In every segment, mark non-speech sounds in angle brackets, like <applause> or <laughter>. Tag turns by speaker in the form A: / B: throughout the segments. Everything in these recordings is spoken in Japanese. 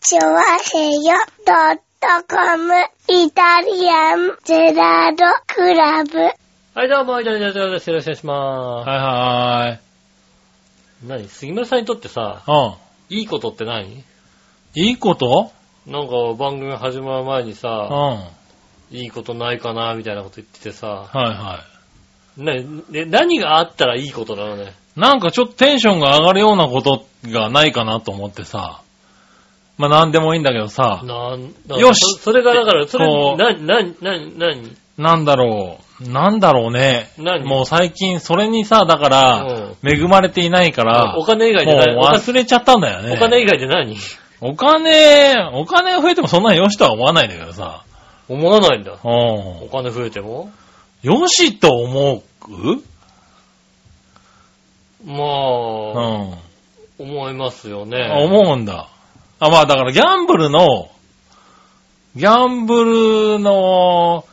A: チョワヘヨドットコムイタリアンゼラードクラブ。
B: はい、どうも、イタリアンジェラードです。よろしくお願いします。
C: はいはい。
B: 何杉村さんにとってさ、
C: うん。
B: いいことって何
C: いいこと
B: なんか番組始まる前に
C: うん。
B: さ、
C: はい
B: いいことないかな、みたいなこと言っててさ、
C: は
B: なで何があったらいいことなのね。
C: い。なんかちょっとテンションが上がるようなことがないかなと思ってさ。まあなんでもいいんだけどさ。
B: なんだ
C: よし
B: そそれがだから、それ、
C: こう
B: な、な、な、な、に
C: なんだろう。なんだろうね。
B: 何
C: もう最近それにさ、だから、恵まれていないから、
B: お
C: も
B: 金以外で
C: う
B: 何お金
C: 忘れちゃったんだよね。
B: お金以外で何
C: お金、お金増えてもそんなによしとは思わないんだけどさ。
B: 思わないんだ。
C: う
B: お
C: ん。
B: 金増えても
C: よしと思うう
B: まあ、
C: ん。
B: 思いますよ
C: あ
B: ね。
C: 思うんだ。あ、まあだからギャンブルの、ギャンブルの、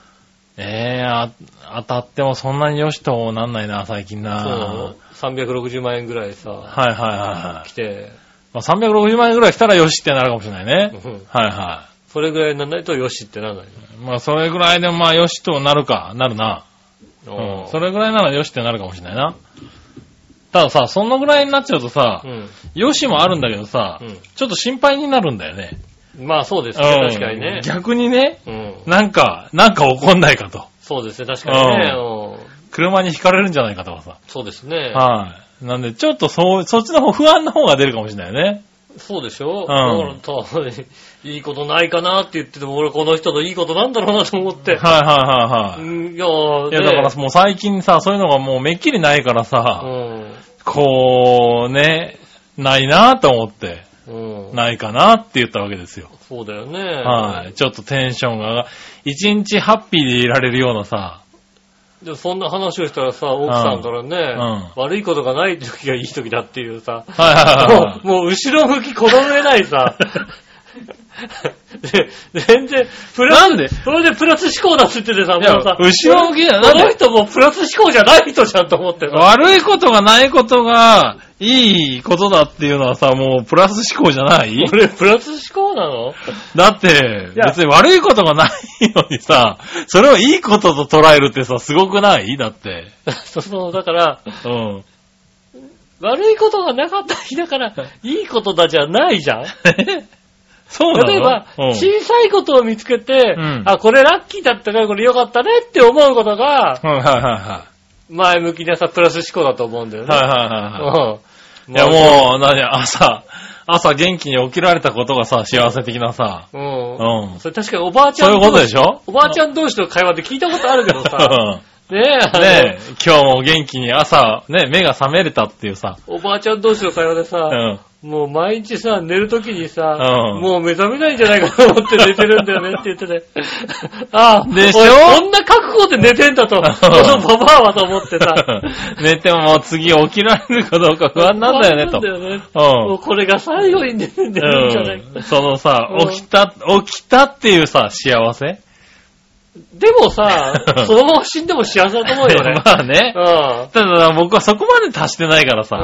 C: ええあ、当たってもそんなによしとなんないな、最近
B: そうなの
C: な。
B: 360万円ぐらいさ、
C: はいはいはいはい
B: 来。て、
C: まあ、360万円ぐらい来たらよしってなるかもしれないね。
B: うん
C: はいは
B: それぐらいにならないとよしってなんない
C: い。まあそれぐらいでまあよしとなるか、なるな。
B: の。
C: うん。それぐらいならよしってなるかもしれないな。たださ、そのぐらいになっちゃうとさ
B: う、ん。
C: よしもあるんだけどさ、
B: うん
C: ちょっと心配になるんだよね。
B: まあそうですね、
C: うん
B: 確かにね。
C: 逆にね、
B: うん。
C: なんか、なんか起こんないかと。
B: そうですね、確かにね。うん
C: 車に轢かれるんじゃないかとかさ。
B: そうですね。
C: はい。なんで、ちょっとそう、そっちの方、不安の方が出るかもしれないね。
B: そうでしょだ
C: ん
B: からたいいことないかなって言ってても、俺この人のいいことなんだろうなと思って。
C: はいはいは
B: う
C: いは
B: んいやー
C: い。いや、だから
B: ね
C: もう最近さ、そういうのがもうめっきりないから
B: う
C: さ、
B: ん。
C: こう、ね、ないなと思って、
B: うん。
C: ないかなって言ったわけですよ。
B: そうだよね。
C: はい。ちょっとテンションが上が、一日ハッピーでいられるよう
B: <laughs>
C: なさ、
B: でそんな話をしたらさ、奥さんからね、悪いことがない時がいい時だっていうさ、
C: はいはいはいはい。
B: もうもう後ろ向きこの上ない
C: <laughs>
B: さ、で全然、プラス、
C: なんで
B: それでプラス思考だって言っててさ、
C: いや
B: もうさ、
C: 後ろ向きじゃない
B: この人もうプラス思考じゃない人じゃんと思ってさ、
C: 悪いことがないことが、いいことだっていうのはさ、もうプラス思考じゃない
B: 俺プラス思考なの <laughs>
C: だって、
B: いや
C: 別に悪いことがないのにさ、それをいいことと捉えるってさ、すごくないだって。
B: そうそう、だから、
C: うん。 <laughs>
B: 悪いことがなかった日だから、いいことだじゃないじゃん
C: そうなの
B: 例えば、
C: うん
B: 小さいことを見つけて、
C: うん
B: あ、これラッキーだったね、これ良かったねって思うことが、
C: はいはいは
B: <laughs> 前向きなさ、プラス思考だと思うんだよ
C: いはい。
B: ね。
C: はいはいは
B: う
C: い。
B: ん
C: いやもう、なに、朝、朝元気に起きられたことがさ、幸せ的なさ、
B: うん。
C: うん
B: それ確かにおばあちゃ
C: そ
B: ん
C: ういうことで
B: ょ
C: しょ
B: おばあちゃん同士の会話で聞いたことあるけど
C: <laughs>
B: さ。ねえ、あ
C: うん
B: の
C: ねえ、今日も元気に朝、ね、目が覚めれたっていうさ、
B: おばあちゃん同士の会話で
C: う
B: さ、
C: ん。
B: もう毎日さ、寝るときにさ、
C: うん
B: もう目覚めないんじゃないかと思って寝てるんだよねって言って
C: <laughs>
B: て。ああ、
C: でしょ
B: 俺こんな覚悟で寝てんだと、このババアはと思ってさ。
C: 寝てももう次起きられるかどう <laughs> か不安なんだよね、と
B: 不。安なんだよね
C: うん
B: もうこれが最後に寝るんじゃないか
C: うんそのさ
B: う、ん
C: 起きた、起きたっていうさ、幸せ
B: でもさ、そのまま死んでも幸せだと思うよね。
C: <laughs> まあね。ただ僕はそこまで達してないから
B: う
C: さ、
B: ん。う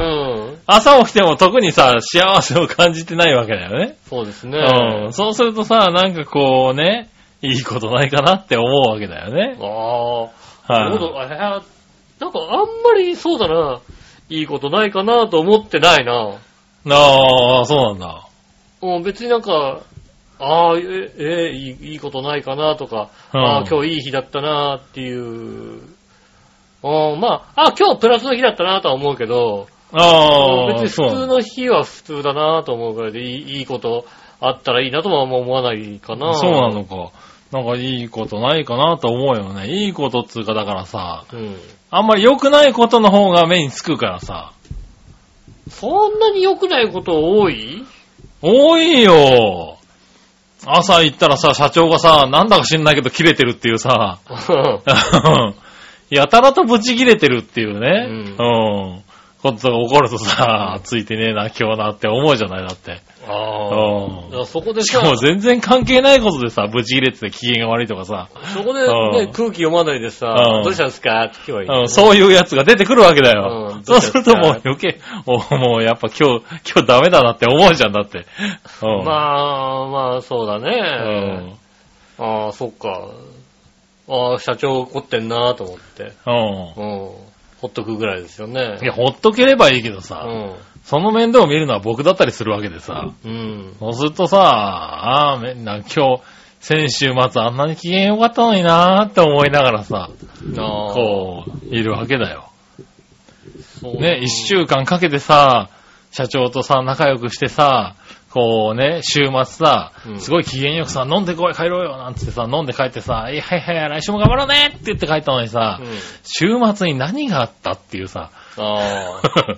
B: ん。
C: 朝起きても特にさ、幸せを感じてないわけだよね。
B: そうですね。
C: うん。そうするとさ、なんかこうね、いいことないかなって思うわけだよね。
B: ああ、な
C: は
B: るほど。えーなんかあんまりそうだな、いいことないかなと思ってないな。
C: い。ああ、そうなんだ。
B: うん、別になんか、ああ、ええいい、いいことないかなとか、
C: うん
B: ああ、今日いい日だったなっていう。うん、まあ、あ今日プラスの日だったなとは思うけど、
C: ああ、
B: 別に
C: そう
B: 普
C: な
B: 通
C: んだ
B: の日は普通だなと思うぐらいで、いいいいことあったらいいなとはあんま思わないかな。
C: そうなのか。なんかいいことないかなと思うよね。いいことっつうか、だからさ、
B: うん。
C: あんまり良くないことの方が目につくからさ。
B: そんなに良くないこと多い <laughs>
C: 多いよ。朝行ったらさ、社長がさ、なんだか知んないけど切れてるっていうさ、 <laughs> やたらとブチ切れてるっていうね、
B: う
C: うん。ことが起こるとさ、ついてねえな、今日なって思うじゃない、だって。
B: ああ。だか
C: う
B: らそこで
C: ん。しか
B: さ、
C: も全然関係ないことでさ、ブチ切れてて機嫌が悪いとかさ、
B: そこで
C: う
B: ね
C: ん、
B: 空気読まないでさ
C: う、ん
B: どうしたんですかって聞けばいいんだよ
C: う
B: ね。
C: ん、そういうやつが出てくるわけだよ。
B: ん
C: そうするともう余計、おもうやっぱ今日、今日ダメだなって思うじゃんだって。う
B: ま
C: ん。
B: あ、まあ、そうだ
C: う
B: ね。
C: ん。
B: ああ、そっか。ああ、社長怒ってんなと思って。
C: うん
B: うん。ほっとくぐらいですよね。
C: いや、ほっとければいいけどさ、
B: うん。
C: その面倒を見るのは僕だったりするわけでさ、
B: うん。
C: そうするとさ、ああ、めな今日、先週末あんなに機嫌良かったのになーって思いながらさ、
B: ああ
C: こう、いるわけだよ。
B: そう
C: ね、一。週間かけてさ、社長とさ、仲良くしてさ、こうね、週末さ
B: う、ん
C: すごい機嫌よくさ、飲んでこい、帰ろうよ、なんつってさ、飲んで帰ってさ、いやはいはい、来週も頑張ろうねって言って帰ったのにさ
B: う、ん。
C: 週末に何があったっていうさ、 <laughs>
B: ああ。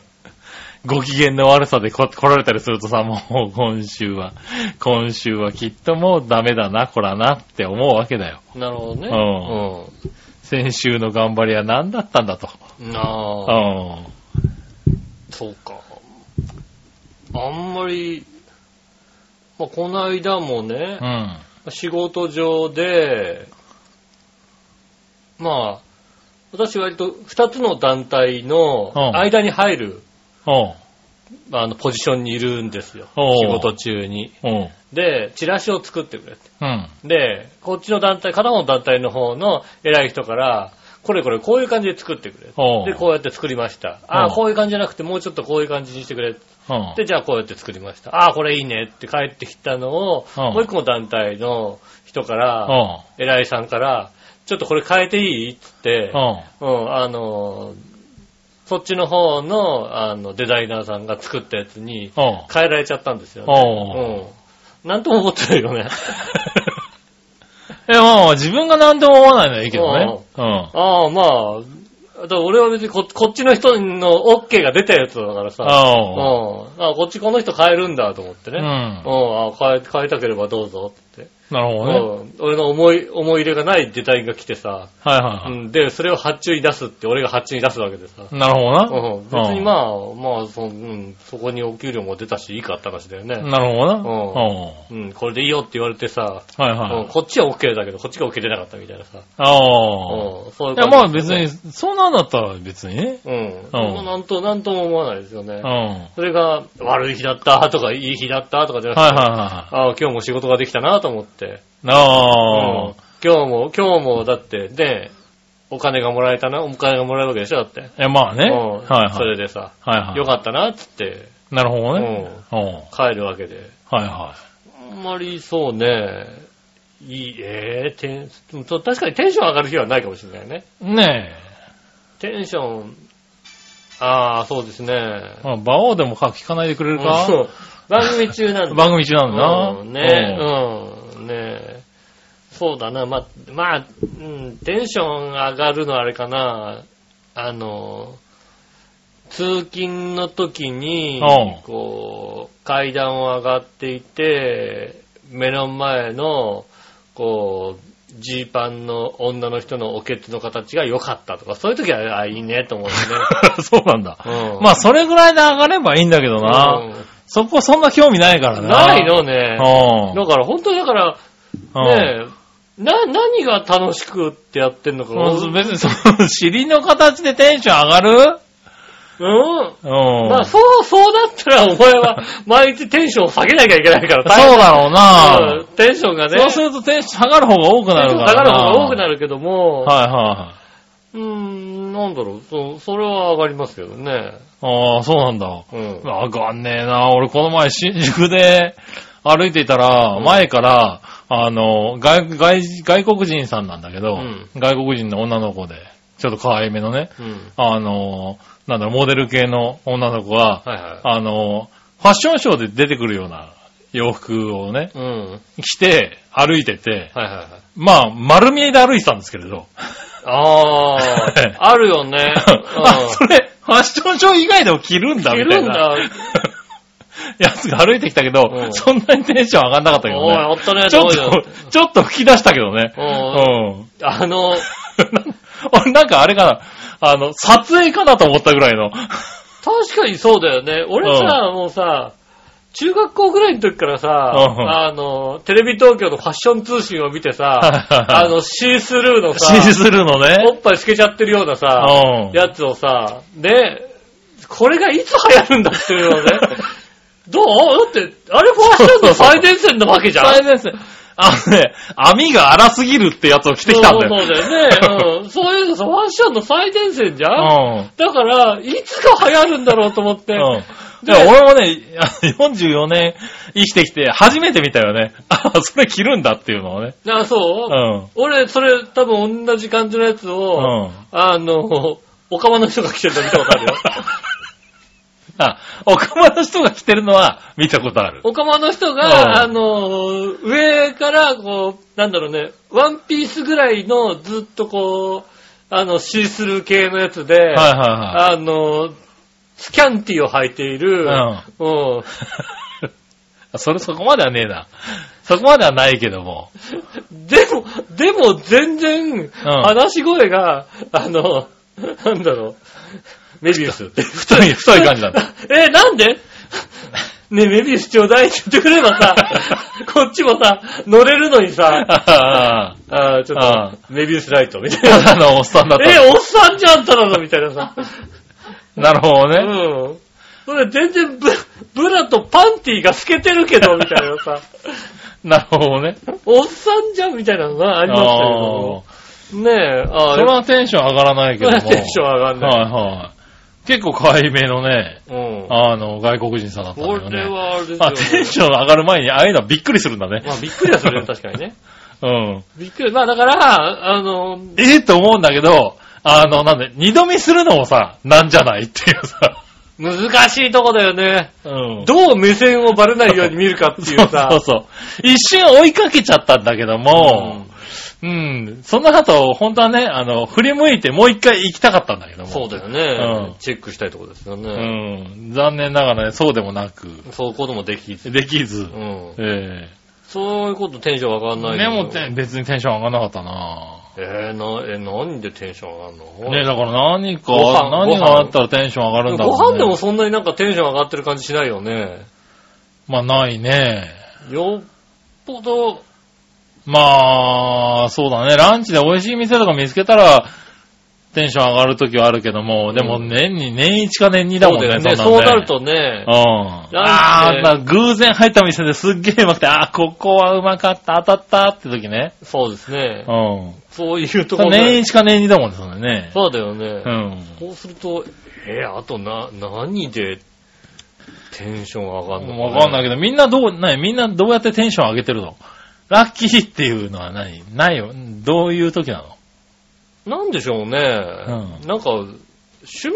C: ご機嫌の悪さでこ来られたりするとさ、もう今週は、今週はきっともうダメだな、こらなって思うわけだよ。
B: なるほどね。
C: 先週の頑張りは何だったんだと。
B: うん。ああ、
C: うん。
B: そうか。あんまり、まあ、この間もね
C: う、ん。
B: 仕事上で、まあ、私割と二つの団体
C: うん
B: の間に入る、
C: おう
B: あの、ポジションにいるんですよ。
C: おう
B: 仕事中に。
C: おう
B: で、チラシを作ってくれて。
C: うん。
B: で、こっちの団体、片方の団体の方の偉い人から、これこれこういう感じで作ってくれ。
C: おう
B: で、こうやって作りました。あ
C: う
B: あ、
C: ん
B: こういう感じじゃなくて、もうちょっとこういう感じにしてくれ。
C: うん。
B: で、じゃあこうやって作りました。ああ、これいいねって帰ってきたのを、
C: うん
B: もう一個の団体の人から、
C: おう
B: 偉いさんから、ちょっとこれ変えていいって言って、
C: おう
B: うん、あのー、そっちの方の、あの、デザイナーさんが作ったやつに、
C: おう
B: 変えられちゃったんですよね。
C: お
B: う
C: う
B: ん。なんとも思ってないよ <laughs> ね。
C: え、まあ、自分が何でも思わないのはいいけどね。うん。
B: ああ、まあ、だから俺は別にここっちの人の OK が出たやつだからさ、うん
C: おう
B: あこっちこの人変えるんだと思ってね。
C: う
B: うんん。あ変え、変えたければどうぞって。
C: なる
B: う
C: ほどね。
B: ん。俺の思い、思い入れがないデザインが来てさ、
C: はいうはいは
B: ん。で、それを発注に出すって、俺が発注に出すわけでさ。
C: い。なるほ
B: うん。別
C: どな。
B: にまあ、まあ、そのうん、そこにお給料も出たし、いいかった話だよ
C: あ
B: ね。
C: なるほどな。
B: ん
C: おう
B: うん、これでいいよって言われてさ、
C: はいうは
B: ん、
C: い。
B: こっちは OK だけど、こっちが OK 出なかったみたいなさ。
C: おう
B: うん、そういう
C: いや、
B: 感じ。
C: まあ別に、そんなんだったら別にね。
B: うん。まあなんと、なんとも思わないですよ
C: う
B: ね
C: ん。。は
B: それが、悪い日だったとか、いい日だったとかじゃ
C: いは
B: な
C: い
B: くて、
C: は
B: ああ、今日も仕事ができたなと思って。
C: い。ああ
B: うん。今日も、今日も、だって、で、お金がもらえたな、お金がもらえるわけでしょ、だって。
C: いや、まあね。
B: うん
C: はいはい。
B: それでさ、
C: はいはい。
B: よかったな、つって、
C: なるほどね。うん。
B: 帰るわけで。
C: はいは
B: あんまりそうね、いい、えー、テンでもそう確かにテンション上がる日はないかもしれないね。
C: い。ね
B: テンション、ああ、そうですね
C: え。。まあ、馬王でもか聞かないでくれる
B: うん
C: か
B: そう番組中なんで。
C: 番組中なんだな。
B: うんね、うん、ねえ。そうだな、ま、まあ、うん、テンション上がるのはあれかな、あの、通勤の時に
C: うん、
B: こう、階段を上がっていて、目の前の、こう、ジーパンの女の人のおけつの形が良かったとか、そういう時は、あ、いいねと思うよ
C: うん <laughs> そうなんだ。
B: ね。うん、
C: まあ、それぐらいで上がればいいんだけどな。そこそんな興味ないから
B: うん
C: な。
B: ないのね。
C: う
B: だから本当にだから、
C: ん。
B: ねえ、な、何が楽しくってやってんのか。
C: うん。別に、その、尻の形でテンション上がる
B: うん。
C: うん。
B: まあ、
C: そ
B: そう、そうだったらお前
C: <laughs>
B: は毎日テンションを下げなきゃいけないから
C: うだろう
B: 大変
C: な。
B: うんテンションがね、
C: そうするとテンション下がる方が多く
B: テ
C: な
B: ンシ
C: る
B: ョ
C: か
B: ン
C: ら
B: 下が
C: な。
B: る方が多くなるけども、
C: はいは
B: うーん、なんだろう、そう、それは上がりますけどね。
C: い。ああ、そうなんだ。
B: うん。
C: 上がんねえな。俺この前新宿で歩いていたら、
B: うん
C: 前から、あの、外、外、外国人さんなんだけど、
B: うん
C: 外国人の女の子で、ちょっと可愛めのね、
B: うん。
C: あの、なんだろう、モデル系の女の子が、
B: はいは
C: あの、ファッションショーで出てくるような洋服をね、
B: い。うん。
C: 着て歩いてて、
B: はいはいはい。
C: まあ、丸見えで歩いてたんですけれど、
B: あー、
C: <laughs>
B: あるよね。
C: あ、 <laughs> それ、ファッションショー以外でも着るんだ、みたいな。
B: 着るん
C: やつが歩いてきたけど、
B: うん
C: そんなにテンション上がんなかった
B: う
C: け
B: ん。
C: ど
B: おい、
C: ね。
B: おった <laughs> ね、
C: ちょっ
B: どうよ
C: と、ちょっと吹き出したけどね。うん。 <laughs>
B: あの、
C: 俺なんかあれかな、あの、撮影かなと思ったぐらいの。
B: 確かにそうだよね。俺さ、もうさ、中学校ぐらいの時からさ、
C: うん
B: あの、テレビ東京のファッション通信を見てさ、あの、シースルーのさ
C: シ、ースルーのね。
B: おっぱい透けちゃってるようなさ、
C: うん。
B: やつをさ、ね、これがいつ流行るんだっていうのね。どうだって、あれファッションの最前線なわけじゃん。
C: 最前線。あのね、網が荒すぎるってやつを着てきたん
B: そ
C: だ
B: うそ
C: よ。
B: うだよね。うん。そういうのさ、ファッションの最前線じゃん、
C: うん。
B: だから、いつか流行るんだろうと思って。
C: うん。
B: で
C: で俺もね、 <laughs> あの44年生きてきて初めて見たよね。 <laughs> あ、それ着るんだっていうのをね。
B: あ、そうう、
C: ん。
B: 俺、それ、多分同じ感じのやつ
C: う
B: を、
C: ん。
B: あの、おかまの人が着てるの見たことある
C: <laughs>
B: よ。
C: あ、おかまの人が着てるのは見たことある。
B: おかまの人
C: うん
B: が、あの、上から、こう、なんだろうね、ワンピースぐらいのずっとこう、あの、シースルー系のやつで、
C: はいは
B: あの、スキャンティーを履いてい
C: い
B: る、
C: はい。
B: うん
C: うん。それそこまではねえな。そこまではないけども。
B: でも、でも全然、話し声が、あの、なんだろう、メビウス。
C: 太い、太い感じなんだ。
B: <laughs> え、なんでねえ、メビウスちょうだいって言ってくれば
C: <laughs>
B: さ、こっちもさ、乗れるのにさ、
C: ああ
B: あーちょ
C: あ
B: っと、メビウスライトみたい
C: た <laughs>
B: な。
C: だのおっさんだっ
B: え、
C: た。
B: おっさんじゃん、ただの、みたいなさ。
C: なるほど
B: う
C: ね。
B: ん。それ全然ブ、ブラとパンティーが透けてるけど、みたいな
C: <laughs>
B: さ。
C: なるほどね。
B: おっさんじゃん、みたいなのがありましたけども。ねえ、あー
C: あーそれはテンション上がらないけども。
B: テンション上がんない。
C: はいはい。結構可愛めのね、
B: うん。
C: あの、外国人さんだったんだ
B: こ
C: よね。
B: れはあれですよ
C: あ、テンション上がる前に、ああいうのはびっくりするんだね。
B: まあびっくりはするよ、確かにね。
C: うん。
B: びっくり。まあだから、あの、
C: ええと思うんだけど、あの、なんで、二度見するのもさ、なんじゃないっていうさ。
B: 難しいとこだよね。
C: うん
B: どう目線をバレないように見るかっていうさ。
C: そうそうそう。一瞬追いかけちゃったんだけども、うん、その後、本当はね、あの、振り向いてもう一回行きたかったんだけども。
B: そうだ
C: よ。
B: よね、
C: うん
B: チェックしたいとこですよ
C: う
B: ね。
C: ん。残念ながらね、そうでもなく、
B: そういうこともできず。
C: できず、
B: うん。
C: え
B: そういうことテンション上がんな
C: え
B: い
C: で
B: よ
C: もて別にテンション上がんなかったな
B: えー、な、え、何でテンション上がんの
C: ねえ、だから何か、
B: ご飯
C: 何があったらテンション上がるんだろう、ね。
B: ご飯でもそんなになんかテンション上がってる感じしないよね。
C: まあ、ないね。
B: よっぽど、
C: まあ、そうだね。ランチで美味しい店とか見つけたら、テンション上がるときはあるけども、でも年に、年一か年二だもんね、
B: そうだよね。
C: ん
B: そ
C: ね
B: うなる。とね
C: うん。、ああー、だから偶然入った店ですっげえうまくて、あーここはうまかった、当たったって時ね。
B: そうですね。
C: うん。
B: そういうところで
C: 年一か年二だもんね、そうだね。
B: そうだよ
C: う
B: ね。
C: ん。
B: こうすると、えーあとな、何でテンション上がんの
C: わかんない
B: い。
C: けど、みんなどう、なにみんなどうやってテンション上げてるのラッキーっていうのは何ないよ。どういう時なの
B: なんでしょうね。
C: うん
B: なんか、趣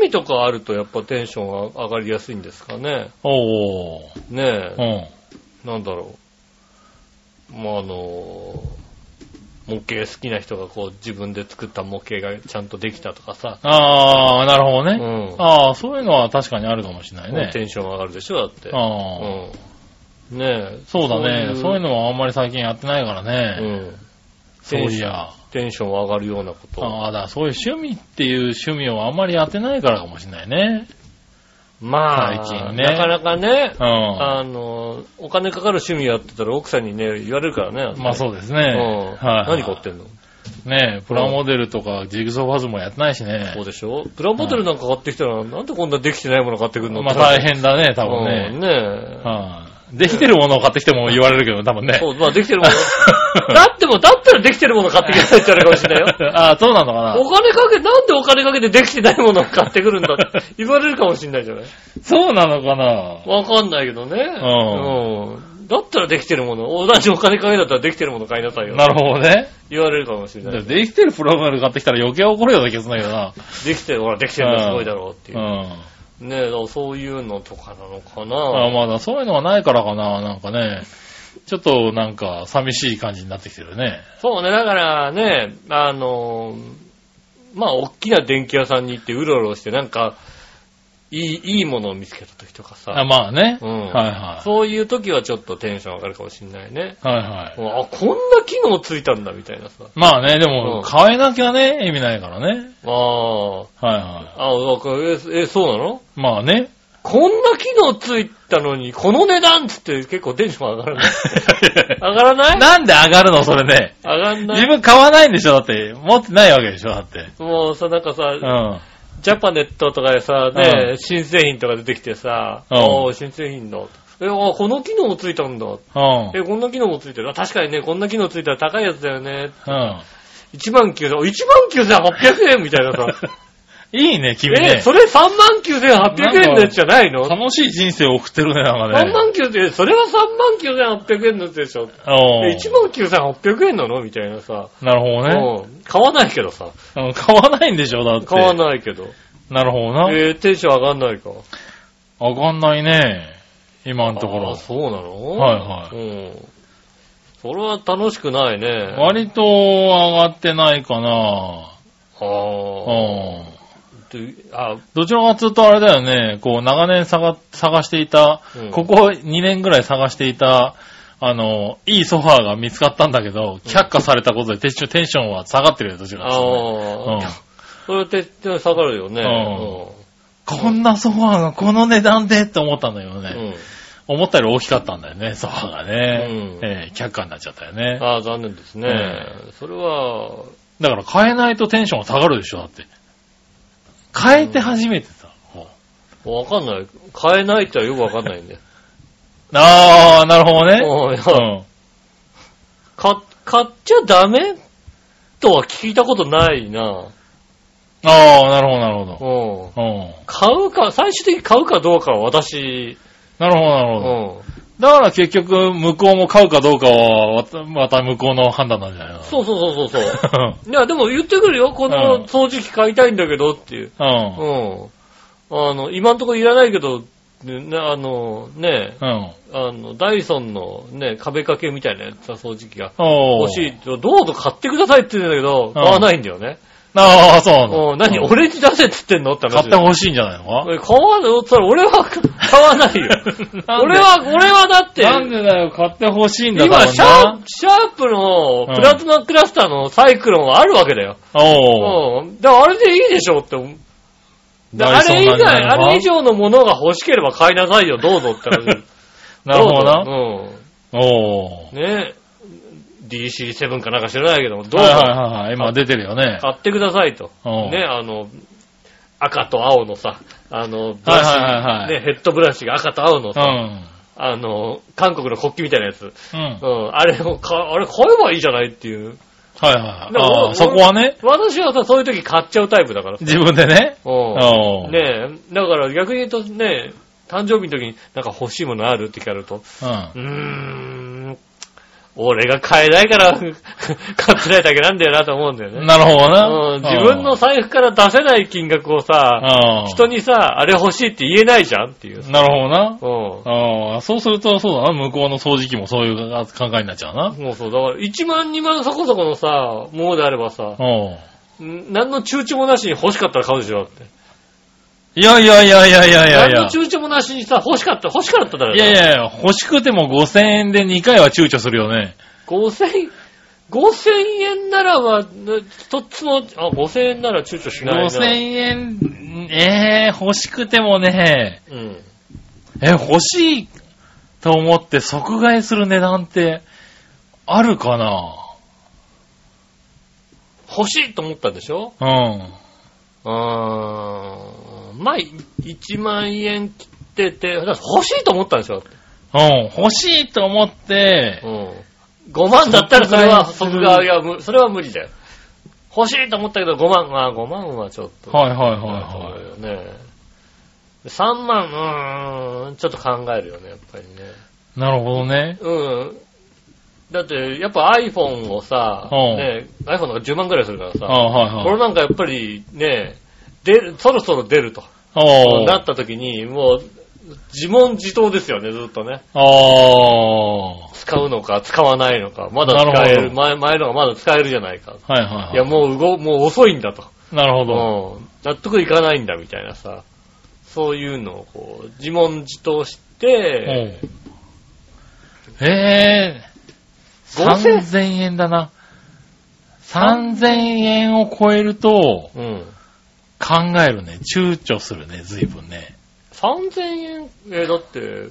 B: 味とかあるとやっぱテンションが上がりやすいんですかね。
C: おー。
B: ね
C: う
B: え、
C: ん。
B: なんだろう。まあ、あの、模型好きな人がこう自分で作った模型がちゃんとできたとかさ。
C: あー、なるほど
B: う
C: ね。
B: ん。
C: ああ、そういうのは確かにあるかもしれないね。
B: テンション上がるでしょ、だって。
C: ああ、
B: うん。ねえ。
C: そうだねそういう
B: の。
C: のはあんまり最近やってないから
B: う
C: ね。
B: ん。
C: そういや。
B: テンション上がるようなこと。
C: ああ、だからそういう趣味っていう趣味をあんまりやってないからかもしれないね。
B: まあ、
C: 最近ね
B: なかなかね、
C: うん。
B: あの、お金かかる趣味やってたら奥さんにね、言われるからね。
C: まあそうですね。
B: う
C: はい
B: ん。
C: はい。
B: 何買ってんの
C: ねえプラモデルとかジグソーパズルもやってないしね
B: そう。でしょプラモデルなんか買ってきたら、なんでこんなできてないもの買ってくるの
C: まあ大変だね、多
B: だ
C: 分ね。
B: ねえ。
C: はいできてるものを買ってきても言われるけど、多分ね。
B: そう、まあできてるも
C: <laughs>
B: の。だっても、だったらできてるもの買ってきなさいって言われるかもしれないよ。
C: ああ、そうなのかな
B: お金かけ、なんでお金かけてできてないものを買ってくるんだって言われるかもしれないじゃない
C: そうなのかな
B: わかんないけどね。うん。だったらできてるもの、同じお金かけだったらできてるもの買いなさいよ。
C: なるほどね。
B: 言われるかもしれな
C: で
B: い。
C: できてるプラモデル買ってきたら余計怒るような気がするんだけどな。
B: できてる、ほら、できてるのすごいだろうっていうう。
C: ん。
B: ねえ、だからそういうのとかなのか
C: あ
B: な。
C: まだそういうのがないからかな、なんかね。ちょっとなんか寂しい感じになってきてるね。
B: そうね、だからね、あのー、まあ、大きな電気屋さんに行ってうろうろして、なんか、いい、いいものを見つけた時とか
C: あ
B: さ。
C: まあね。
B: うん
C: はいは
B: そういう時はちょっとテンション上がるかもしれないね。
C: い。はいはい。
B: うんあ、こんな機能ついたんだ、みたいなさ。
C: まあね、で
B: う
C: も
B: ん
C: 変えなきゃね、意味ないからね。
B: あ
C: はいは
B: あ、あなんかえ、え、そうなの
C: い。まあね。
B: こんな機能ついたのに、この値段っつって結構テンション上が
C: <laughs>
B: らない。上がらない
C: なんで上がるの、それね。
B: 上がんな
C: 自
B: い。
C: 分買わないんでしょ、だって。持ってないわけでしょ、だって。
B: もうさ、なんかさ、
C: うん。
B: ジャパネットとかでさ、ね、新製品とか出てきてさ、
C: うん
B: おー新製品だ。え、あこの機能もついたんだ。
C: うん。
B: え、こんな機能もついてる。あ確かにね、こんな機能ついたら高いやつだよね。
C: うん。
B: 1万9800円みたいなさ。
C: いいね、 <laughs> 君
B: え、
C: ね。
B: それ3万9800円のやつじゃないの ?3
C: 楽しい人生を送ってるね、なんかね。
B: 万9800円、それは3万9800円のやつでしょ。
C: お
B: え、1万9800円なのみたいなさ。
C: なるほど
B: う
C: ね。
B: ん買わないけどさ。
C: うん買わないんでしょ、だって。
B: 買わないけど。
C: なるほどな。
B: えー、テンション上がんないか。
C: 上がんないね。今のとこ
B: あー
C: ろ。
B: そうなの
C: はいはい
B: うん。それは楽しくないね。
C: 割と上がってないかな。
B: あ
C: う
B: ー
C: ん。
B: であ、
C: どちらかというとあれだよね、こう長年探探していた、
B: うん
C: ここ2年ぐらい探していた、あの、いいソファーが見つかったんだけど、却下されたことでテンションテンションは下がってるよ、どちらか
B: あ
C: というとね
B: ーそれって下がるよね。
C: うんこんなソファーがこの値段でって思ったんだけど
B: うん
C: ね、
B: うん
C: 思ったより大きかったんだよね、ソファーがね、
B: うん
C: えー却下になっちゃったよね。
B: ああ、残念ですね。それは、
C: だから変えないとテンションが下がるでしょ、だって。変えて初めてさ、こう
B: わかんない。買えないってはよくわかんないんで。
C: ああ、なるほどね。
B: うんいや
C: うん
B: 買買っちゃダメとは聞いたことないな。
C: ああ、なるほど、なるほど。
B: うん。
C: うん。
B: 買うか、最終的に買うかどうかは私、
C: なるほど、な
B: う
C: るほど。
B: ん。
C: だから結局、向こうも買うかどうかは、わたまた向こうの判断なんじゃないの
B: そうそうそうそうそう。 <laughs>
C: う。
B: いや、でも言ってくるよ。こ
C: うん
B: の掃除機買いたいんだけどっていう。
C: う。
B: うんん。あの、今んところいらないけど、ね、あの、ね、
C: うん。
B: あの、ダイソンのね、壁掛けみたいなやつさ、掃除機が。
C: お
B: 欲しい。どうぞ買ってくださいって言うんだけど、買わないんだよね。
C: ああ、そうなんだ。
B: うん、何、
C: うん
B: 俺に出せって言ってんのって
C: 買
B: 話
C: ってほしいんじゃないのか
B: え買わない、それ俺は買わない
C: <laughs>
B: よ。俺は、俺はだって、
C: なんでだよ、買ってほしいんだ
B: 今
C: から
B: シャープ、シャープのプラズマクラスターのサイクロンはあるわけだよ。
C: おお。
B: うん。だからあれでいいでしょって思う。だからあれ以外、あれ以上のものが欲しければ買いなさいよ、どうぞって話。
C: <laughs> なるほどな。
B: どうぞ
C: お
B: うん。ね DC7 かなんか知らないけども、ど
C: お。
B: う
C: はい
B: ぞ
C: はいはいはい。今出てるよね。
B: 買ってくださいと。
C: うん
B: ね、あの、赤と青のさ、あの、ブ
C: はいはい
B: ラ
C: はい
B: シ、ね、ヘッドブラシが赤と青の
C: う
B: さ、
C: ん。
B: あの、韓国の国旗みたいなやつ。
C: うん。
B: うん、あれをか、あれ買えばいいじゃないっていう。
C: はいはい。
B: だから
C: ああ、
B: 俺
C: そこはね、
B: 私はさ、そういう時買っちゃうタイプだから。
C: 自分でね。
B: う
C: おお。
B: ん。ねえ、だから逆に言うとね、誕生日の時になんか欲しいものあるって聞かれると、
C: う
B: う。ー
C: ん
B: ん、俺が買えないから <laughs> 買ってないだけなんだよなと思うんだよね。
C: なるほどな。
B: うん、自分の財布から出せない金額をさ、
C: ああ
B: 人にさ、あれ欲しいって言えないじゃんっていう。
C: なるほどな。
B: うん。
C: ああ、そうすると、そうだな。向こうの掃除機もそういう考えになっちゃうな。
B: もうそう、だから1万2万そこそこのさ、ものであればさ、
C: うん。
B: ん何の躊躇もなしに欲しかったら買うでしょだって。
C: いやいやいやいやいやいやい
B: 何
C: や
B: の。躊躇もなしにさ、欲しかった、欲しかっただろ。
C: いやいやいや、欲しくても5000円で2回は躊躇するよね。
B: 5000、5000円ならば、ね一つも、あ、5000円なら躊躇しないな。
C: 5000円、ええ欲しくてもね、
B: うん。
C: え、欲しいと思って即買いする値段って、あるかな
B: 欲しいと思ったんでしょ
C: うん。
B: うーん。まあ、い1万円切ってて、だから欲しいと思ったんでしょ
C: うん。欲しいと思って
B: う、ん。5万だったらそれは
C: 即
B: 即
C: 買いす
B: 買
C: る
B: いは、むそれは無理だよ。欲しいと思ったけど5万、まあ5万はちょっと。
C: はいはいはい
B: そう
C: はい。
B: よね。3万、うーん、ちょっと考えるよね、やっぱりね。
C: なるほどね。
B: うん。だって、やっぱ iPhone をさ、
C: うん
B: ね、iPhone とか10万くらいするから
C: あ
B: さ、
C: あ、はいはい。
B: これなんかやっぱりね、出る、そろそろ出ると、
C: おー
B: なった時に、もう、自問自答ですよね、ずっとね。
C: ああ。
B: 使うのか、使わないのか、まだ使
C: な
B: え
C: るほ
B: る、
C: ど
B: 前、前のがまだ使えるじゃないか。
C: はいはいはい。
B: いや、もう動、もう遅いんだと。
C: なるほど。
B: うん納得いかないんだみたいなさ、そういうのをこう、自問自答し
C: う
B: て、
C: ん。えぇ、ー、
B: 5000
C: 3000円だな。3000円を超えると
B: うん。
C: 考えるね。躊躇するね、随分ね。
B: 3000円、えーだって、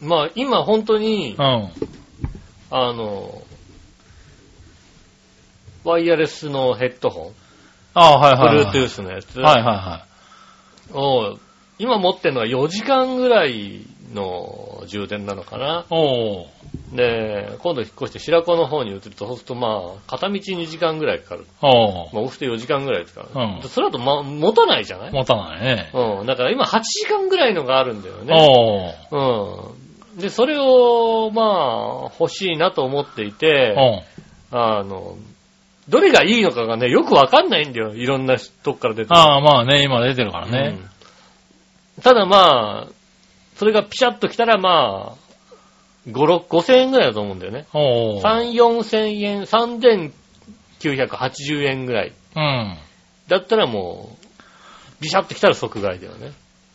B: まあ今本当に
C: う、ん。
B: あの、ワイヤレスのヘッドホン。
C: ああ、はいはい、はい。
B: Bluetooth のやつ
C: はいはいは
B: を、今持ってるのは4時間ぐらいの充電なのかな。
C: い。おー。
B: で、今度引っ越して白子の方に移ると、そうするとまあ、片道2時間ぐらいかかる。
C: おー。
B: まあ、往復で4時間ぐらいですからね。
C: うん
B: それだと、ま、持たないじゃない
C: 持たないね。
B: うん。だから今8時間ぐらいのがあるんだよね。
C: おー。
B: うん。で、それを、まあ、欲しいなと思っていて、
C: おー。
B: あの、どれがいいのかがね、よくわかんないんだよ。いろんなとこから出てる
C: ああ、まあね、今出てるからね。
B: うんただまあ、それがピシャッと来たらまあ、5、6、5000円ぐらいだと思うんだよね。
C: おー。
B: 3、4000円、3980円ぐらい。
C: うん。
B: だったらもう、ビシャッと来たら即買いだよね。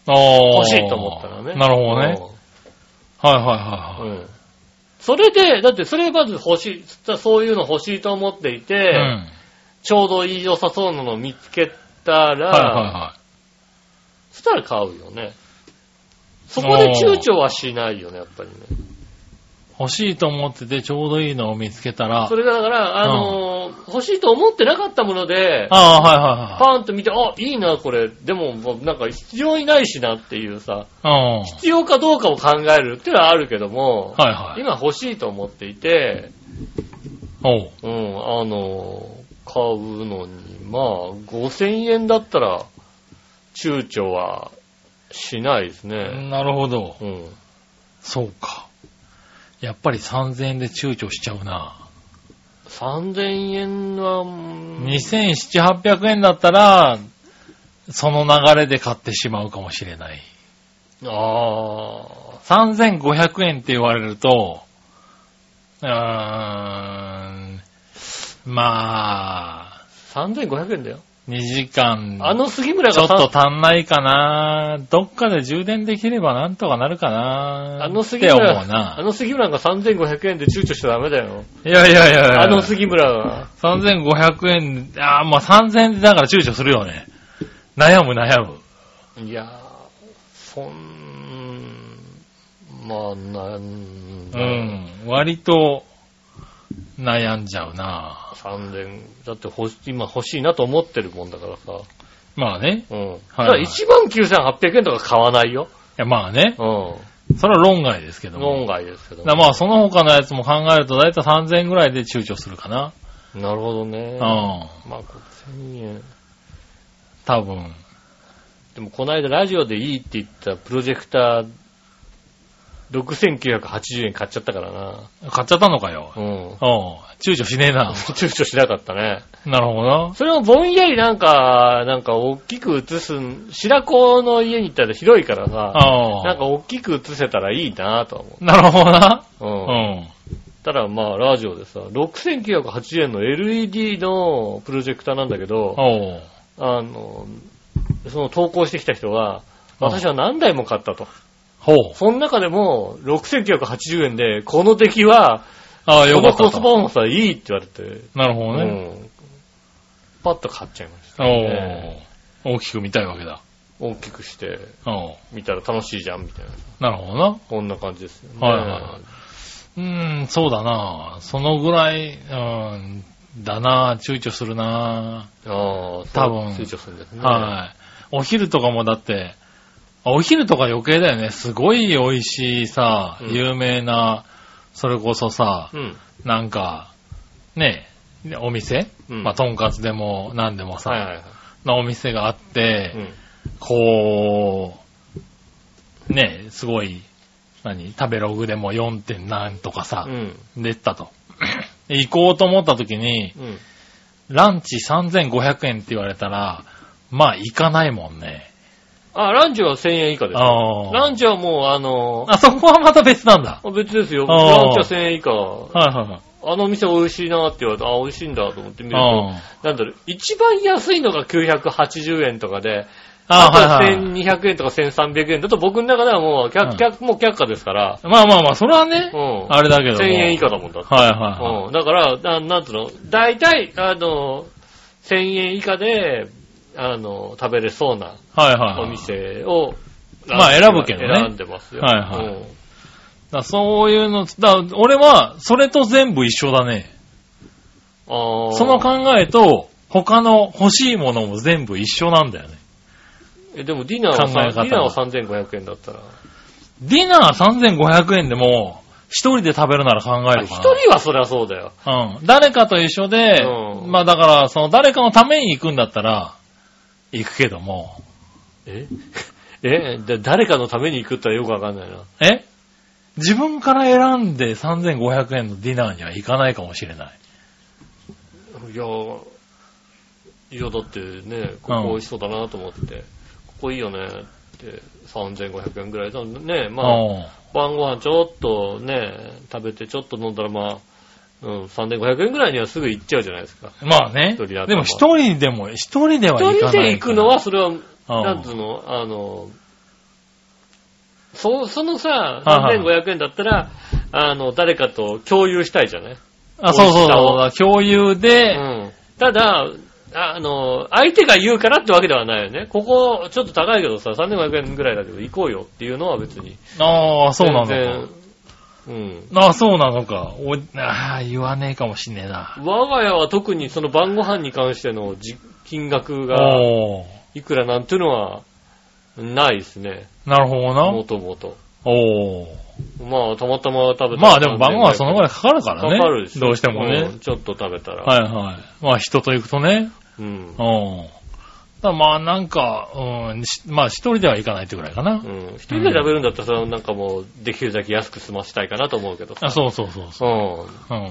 C: おー。
B: 欲しいと思ったらね。
C: なるほどね。はいはいはい
B: うん。
C: はい。
B: うん。それで、だってそれまず欲しい、そういうの欲しいと思っていて、
C: うん。
B: ちょうどいい良さそうなのを見つけたら、
C: はいはいは
B: そしたら買うよね。そこで躊躇はしないよね、やっぱりね。
C: い。欲しいと思っててちょうどいいのを見つけたら
B: そ、れがだから、あのー欲しいと思ってなかったもので、
C: ああ、はいはいはい。
B: パーンと見て、あ、いいな、これ。でも、もうなんか必要にないしなっていうさ、
C: うん。
B: 必要かどうかを考えるっていうのはあるけども、
C: はいはい。
B: 今欲しいと思っていて、
C: おう。
B: うん、あのー買うのに、まあ、5000円だったら、躊躇はしないですね。
C: なるほど。
B: うん。
C: そうか。やっぱり3000円で躊躇しちゃうな。
B: 3000円は、うん
C: 2700、800円だったら、その流れで買ってしまうかもしれない。
B: ああ、
C: 3500円って言われると、うーん、まあ、
B: 3500円だよ。
C: 2時間、
B: あの杉村
C: ちょ
B: が
C: っと足んないかな。どっかで充電できればなんとかなるかな。
B: あの
C: って
B: 杉
C: 思う
B: 村、あ
C: な。
B: の杉村が3500円で躊躇しちゃダメだよ。
C: いやいやいやいや。
B: あの杉村が。
C: 3500円、あーまあ3000円でだから躊躇するよね。悩む悩む。
B: いやー、そん、まあ、なん、
C: う。ん。割と、悩んじゃうな
B: 3000、だって欲し今欲しいなと思ってるもんだからさ。
C: まあね。い
B: うん。はい、
C: はい
B: だから1万9800円とか買わないよ。
C: やまあね。
B: う
C: それは論外ですけど
B: ん。
C: も。
B: 論外ですけど
C: だからまあ、その他のやつも考えると、だいたい3000円ぐらいで躊躇するかな。
B: なるほどね
C: う。ん。
B: まあ、5000円。
C: 多分。
B: でもこの間ラジオでいいって言ったプロジェクター、6980円買っちゃったからな。
C: 買っちゃったのかよ。
B: うん。
C: うん。躊躇しねえな。
B: 躊躇しなかったね。
C: なるほどな。
B: それをぼんやりなんか、なんか大きく映すん、白子の家に行ったら広いからさ、
C: あ
B: なん
C: あ。
B: か大きく映せたらいいなぁとは思
C: なるほどな。う
B: う。うん。
C: ん。
B: ただまあ、ラジオでさ、6980円の LED のプロジェクターなんだけど、
C: おう。
B: あの、その投稿してきた人が、
C: うん
B: 私は何台も買ったと。
C: ほう。
B: その中でも、6980円で、この敵は、
C: ああ、よ
B: こ
C: か
B: の
C: ったと。
B: コスパもさ、いいって言われて、
C: なるほどね。
B: うんパッと買っちゃいました、
C: お
B: ね。
C: お、大きく見たいわけだ。
B: 大きくして、
C: おう
B: 見たら楽しいじゃん、みたいな。
C: なるほどな。
B: こんな感じですよね。
C: はいはいはうーん、そうだな。そのぐらい、うーん、だな。躊躇するな。
B: ああ、
C: 多分
B: 成長するんですね。
C: はい。お昼とかもだって、あお昼とか余計だよね。すごい美味しいさ、
B: うん
C: 有名な、それこそさ、
B: うん。
C: なんか、ねえ、でお店、
B: うん
C: まあ、とんかつでも何でもさ、
B: はいはいはい。
C: のお店があって、
B: うん。
C: こう、ねえ、すごい、何食べログでも 4. 点何とかさ
B: う、ん。
C: 出たと。で行こうと思った時に、
B: うん。
C: ランチ3500円って言われたら、まあ行かないもんね。
B: あ、ランチは1000円以下です。
C: あ
B: ラ
C: あ。
B: ンチはもう、あの、
C: あそこはまた別なんだ。
B: あ別ですよ。
C: あー
B: ランチは1000円以下。
C: はいはいはい。
B: あの店美味しいなって言われて、あ、美味しいんだと思って見ると、
C: あ
B: なんだろう、一番安いのが980円とかで、
C: あ
B: あ
C: ー、
B: と
C: はいはいはい。
B: 1200円とか1300円だと僕の中ではもう
C: う
B: 却、
C: ん
B: 却、もう却下ですから、
C: まあまあまあ、それはね
B: う、ん。
C: あれだけども。
B: 1000円以下だもんだって。
C: はいはいはい。
B: うん。だから、ななんつうの、大体、あの、1000円以下で、あの、食べれそうな
C: はいはいはい。
B: お店を、
C: まあ選ぶけどね
B: 選んでますよ。
C: はいはい
B: うん
C: だからそういうの、だから俺は、それと全部一緒だね。
B: あー
C: その考えと、他の欲しいものも全部一緒なんだよね。
B: え、でもディナーは
C: 考え方
B: さ
C: が
B: ディナーは3500円だったら。
C: ディナー3500円でも、一人で食べるなら考えるか
B: 一
C: な。
B: 人はそりゃそうだよ。
C: うん。誰かと一緒で、
B: うん
C: まあだから、その誰かのために行くんだったら、行くけども、
B: え <laughs> えだ誰かのために行くったらよくわかんないな。
C: え自分から選んで3500円のディナーには行かないかもしれない。
B: いや、いやだってね、ここ美味しそうだなと思って、ここいいよねって、3500円ぐらいだね。まあ、
C: うん
B: 晩ご飯ちょっとね、食べてちょっと飲んだらまあ、うん、3500円ぐらいにはすぐ行っちゃうじゃないですか。
C: まあね。
B: 一人だと
C: でも一人でも、一人では行
B: 一
C: か
B: 人
C: ないから。
B: で行くのは、それは、
C: うん
B: なんつうの、あの、そそのさ、
C: はい
B: 3500円だったら、あの、誰かと共有したいじゃない
C: あ、そうそう
B: 美味しさを
C: そう。共有で、
B: うんただ、あの、相手が言うからってわけではないよね。ここ、ちょっと高いけどさ、3500円ぐらいだけど行こうよっていうのは別に。
C: ああ、そうなの
B: 全
C: か。
B: 然
C: ああ、そうなのか。おああ、言わねえかもしんねえな
B: う。ん。我が家は特にその晩ご飯に関してのじ金額が
C: おー
B: いくらなんていうのはないですね。
C: なるほど
B: も
C: な。
B: ともと。
C: おー
B: まあ、たまたま食べたら
C: まあでも晩ご飯はそのぐら
B: い
C: いかかるか
B: から
C: ね。
B: かるでしょ
C: どうしてもね。
B: うんちょっと食べたら。
C: はいはい。まあ人と行くとね。
B: うん
C: う。ん。だからまあなんか、うん、しまあ一人では行かないってぐらいかな。
B: うん。一人で食べるんだったらさ、なんかもう、できるだけ安く済ませたいかなと思うけどさ。
C: あ、そうそうそうそう。
B: うん。
C: う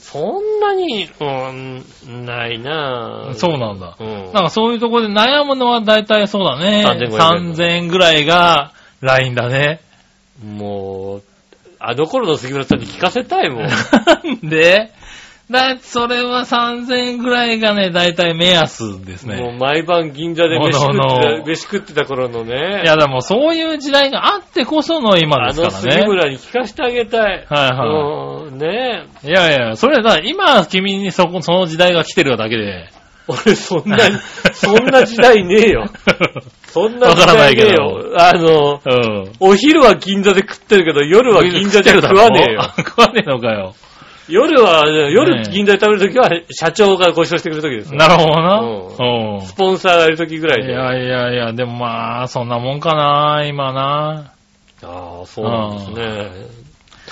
B: そんなに、うん、ないなぁ。
C: ん。そうなんだ。
B: うん。
C: なんかそういうところで悩むのは大体そうだね。
B: 3500
C: 3000円ぐらいがラインだね。
B: もう、あの頃の杉村さんに聞かせたい
C: <laughs>
B: もん。
C: なんでだ、それは3000円ぐらいがね、大体目安です
B: もう
C: ね。
B: 毎晩銀座で飯食っ
C: もの
B: て
C: の
B: た、飯食ってた頃のね。
C: いや、でもそういう時代があってこその今
B: あ
C: ですか
B: の
C: ら
B: 杉
C: ね。
B: 村に聞かせてあげたい。
C: はいは
B: うん、ねえ。
C: い。いやいや、それだ、今君にそこ、その時代が来てるだけで。 <laughs>
B: 俺そんなに、そんな時代ねえよ。そんな時代ねえ
C: <laughs>
B: よ。あの、
C: うん。
B: お昼は銀座で食ってるけど、夜は銀座で食わねえよ。
C: <laughs> 食わねえのかよ。
B: 夜は、夜
C: ねえ
B: 銀座で食べるときは、社長がご馳走してくれるときですよ。
C: なるほどな。うん
B: スポンサーがいるときぐらい
C: い
B: で。
C: やいやいや、でもまあ、そんなもんかな、今な。
B: ああ、そうなんですね。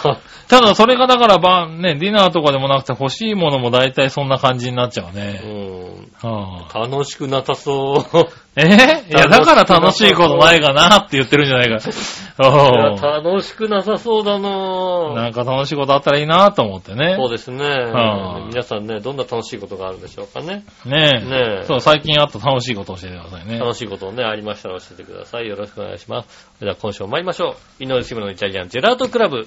B: た
C: ただ、それがだから、ば、ね、ディナーとかでもなくて欲しいものも大体そんな感じになっちゃう
B: う
C: ね。
B: ん、
C: はあ、
B: 楽しくなさ
C: <laughs>
B: そう。
C: えいや、だから楽しいことないかなって言ってるんじ
B: <laughs>
C: ゃないか。
B: いや
C: お
B: 楽しくなさそうだ
C: う
B: な
C: な
B: ぁ
C: んか楽しいことあったらいいなと思ってね。
B: そうですね
C: は。い
B: 皆さんね、どんな楽しいことがあるんでしょうかね。
C: ね
B: ね
C: え。
B: え
C: そう、最近あった楽しいことを教えてくださいね。
B: 楽しいことね、ありましたら教えてください。よろしくお願いします。それでは今週も参りましょう。井上志村のイタリアンジェラートクラブ。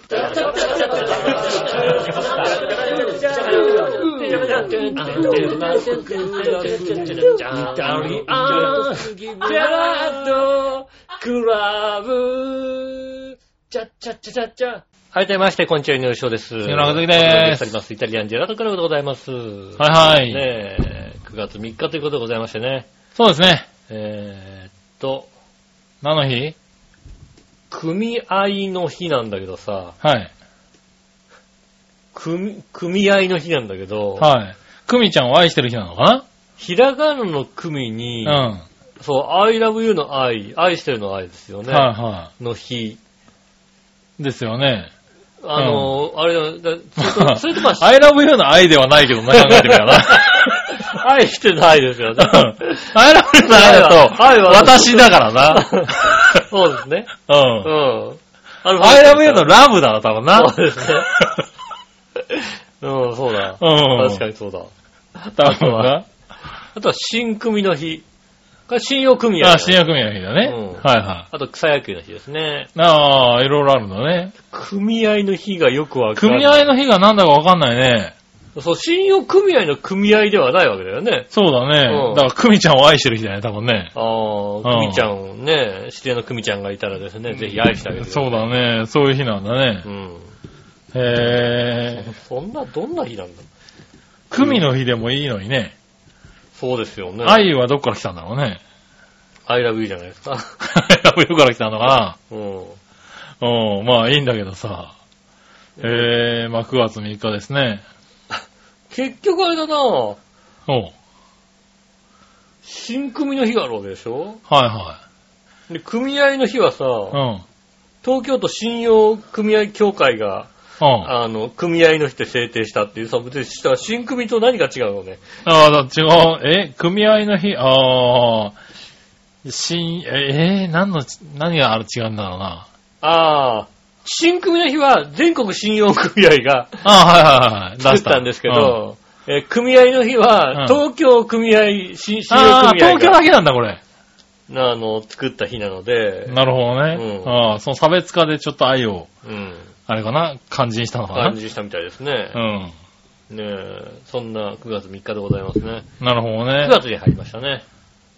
B: はい、どうもまして、こんにちは、井上翔です。
C: 杉村和樹です
B: お送りしております。イタリアンジェラートクラブでございます。
C: はいはい、
B: ねえ、9月3日ということでございましてね。
C: そうですね。
B: えーっと、
C: 何の日
B: 組合の日なんだけどさ、
C: はい。
B: 組、組合の日なんだけど、
C: はい。くみちゃんを愛してる日なのか
B: ひらがなの組に、
C: なうん。
B: そう、I love you の愛、愛してるの愛ですよね、
C: はいは
B: の日。
C: い。ですよね。
B: あの、あれだ、だそれと、それとまあ、
C: <laughs> I love you の愛ではないけどな、考えてみたら。
B: <laughs> 愛してないですよね。
C: I love you の愛
B: 愛
C: だと、
B: は
C: 私だからな。
B: <laughs> そうですね。う
C: うん。
B: ん。あ
C: I love you のラブだな、多分な。
B: そう
C: <laughs>
B: ですね。うん、そうだ。
C: うん。
B: 確かにそうだ。
C: に。多分な。
B: あとは、新組の日。これ、信用組合だ
C: あ、
B: ね。
C: 新薬味の日だね。
B: うん
C: はいは
B: あと、草野球の日ですね。
C: い。ああ、いろいろあるんだね。
B: 組合の日がよくわかる。
C: 組合の日がなんだかわかんないね。
B: そう、信用組合の組合ではないわけだよね。
C: そうだ
B: うん
C: ね。だから、くみちゃんを愛してる日だね、多分ね。
B: ああ、
C: うん
B: 組ちゃんをね、指定の組ちゃんがいたらですね、ぜひ愛してあげてください。
C: そうだね。そういう日なんだね
B: う。ん。
C: へえ。
B: そんな、どんな日なんだ
C: くみの日でもいいのにね。
B: そうですよね。
C: 愛はどっから来たんだろうね。 <laughs>
B: I love you じゃないですか。
C: ラブユーから来たのか
B: うん。
C: な。うん、まあいいんだけどさ。えー、まあ9月3日ですね。
B: 結局あれだな
C: おう
B: 新組の日があるわけでしょ
C: は
B: で、組合の日はさ、
C: いはい。
B: 東京都信用組合協会が、
C: うん。うん。あ
B: あの、組合の日で制定したっていうさ、別にした新組と何が違うのね。
C: あー、だ違う。え、組合の日、ああ、新、えー、何の、何がある違うんだろうな。
B: ああ、新組の日は全国信用組合が
C: ああ、はいはいはい。出
B: 作っ
C: した
B: たんですけ、ど、えー組合の日
C: う
B: は
C: ん
B: 東京組合、し信用
C: ああー、
B: 組合
C: 東京だ
B: が、
C: けなんだ、これ。
B: あの、作った日なので、
C: なるほどね。
B: うん
C: ああ、その差別化でちょっと愛を、
B: うん、
C: あれかな、感じにしたのか
B: 感
C: な。
B: じしたみたいですね。
C: うん。
B: ねえ、そんな9月3日でございますね。
C: なるほどね
B: 9。月に入りましたね。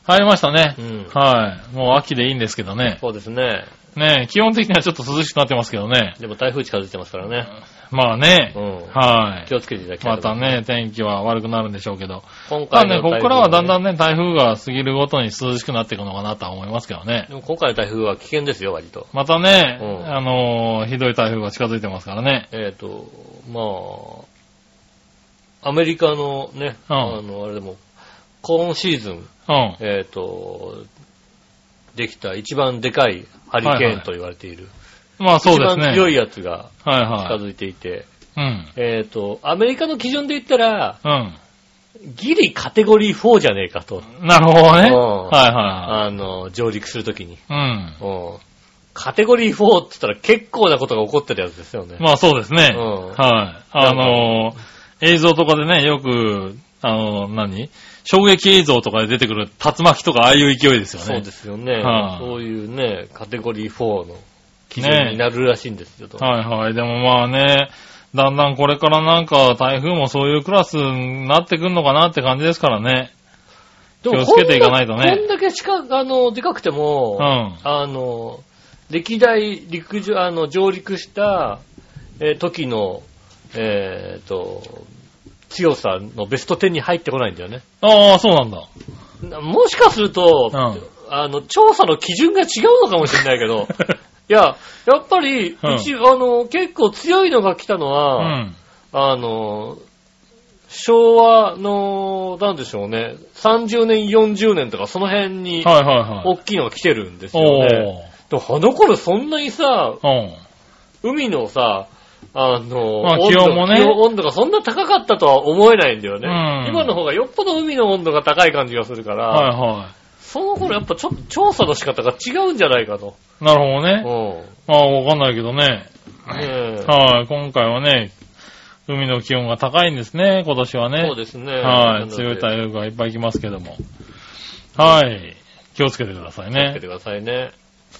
C: 入りましたね
B: う。ん。
C: はい。もう秋でいいんですけどね。
B: そうですね。
C: ね基本的にはちょっと涼しくなってますけどね。
B: でも台風近づいてますからね。
C: まあね
B: う。ん。
C: はい
B: 気。をつけていただきたい
C: ま
B: と
C: た
B: 思い
C: ね、天気は悪くなるんでしょうけど。
B: ます。今
C: まあ
B: 回
C: ね、
B: の台風、
C: ここからはだんだ
B: ん。
C: んね、台風が過ぎるごとに涼しくなっていくのかなとは思いますけどね
B: で。も今回の台風は危険ですよ、割と。
C: またね、
B: うん
C: あのーひどい台風が近づいてますからね。
B: えっ、と、まあ、アメリカのね、
C: うん
B: あの、あれでも、今シーズン、
C: うん。
B: えっ、と、できた一番でかいハリケーンと言われている。
C: まあそうです
B: 一番
C: ね。
B: 強いやつが
C: は
B: 近
C: いはい。
B: づいていて、
C: うん。
B: えっ、と、アメリカの基準で言ったら、
C: う
B: ギリカテゴリー4じゃねえかと。
C: ん。なるほどね。
B: うん
C: はいは
B: あの、上陸するときに。
C: いはい。
B: うんカテゴリー4って言ったら結構なことが起こってるやつですよね
C: うん。。まあそうですね。
B: うん
C: はい。あのー映像とかでね、よく、あのー何衝撃映像とかで出てくる竜巻とかああいう勢いですよね。
B: そうですよね、
C: はい
B: そういうね、カテゴリー4の基準になるらしいんですけど。
C: はいはい。でもまあね、だんだんこれからなんか台風もそういうクラスになってくんのかなって感じですからね。
B: で
C: 気をつけていかないとね
B: こんこんだけ近く、あの、でかくて
C: う
B: も、
C: ん。
B: あの、歴代陸上、あの、上陸した、えー時の、えーと、強さのベスト10に入ってこないんだよね。
C: ああ、そうなんだ。
B: なもしかすると、
C: うん
B: あの、調査の基準が違うのかもしれないけ
C: <laughs>
B: ど、いや、やっぱり、
C: うん
B: うち、あの、結構強いのが来たの
C: う
B: は、
C: ん。
B: あの、昭和の、なんでしょうね、30年、40年とかその辺に、
C: はいはいはい。
B: 大きいのが来てるんですよ
C: お
B: ね。でも、あの頃そんなにさ、
C: ー。うん。
B: 海のさ、あの、
C: まあ
B: 温度
C: 気温もね
B: 気温温度がそんな高かったとは思えないんだよね。
C: うん
B: 今の方がよっぽど海の温度が高い感じがするから、
C: はいは
B: その頃やっぱちょっと調査の仕方が違うんじゃないかと。
C: い。なるほど
B: う
C: ね。ああ、わかんないけどね。
B: ん。ねえ
C: はい。今回はね、海の気温が高いんですね、今年はね。
B: そうですね。
C: はい。強
B: イ
C: い台風がいっぱい来ますけども。はい。気をつけてください
B: つけ
C: ね
B: て。くださいね。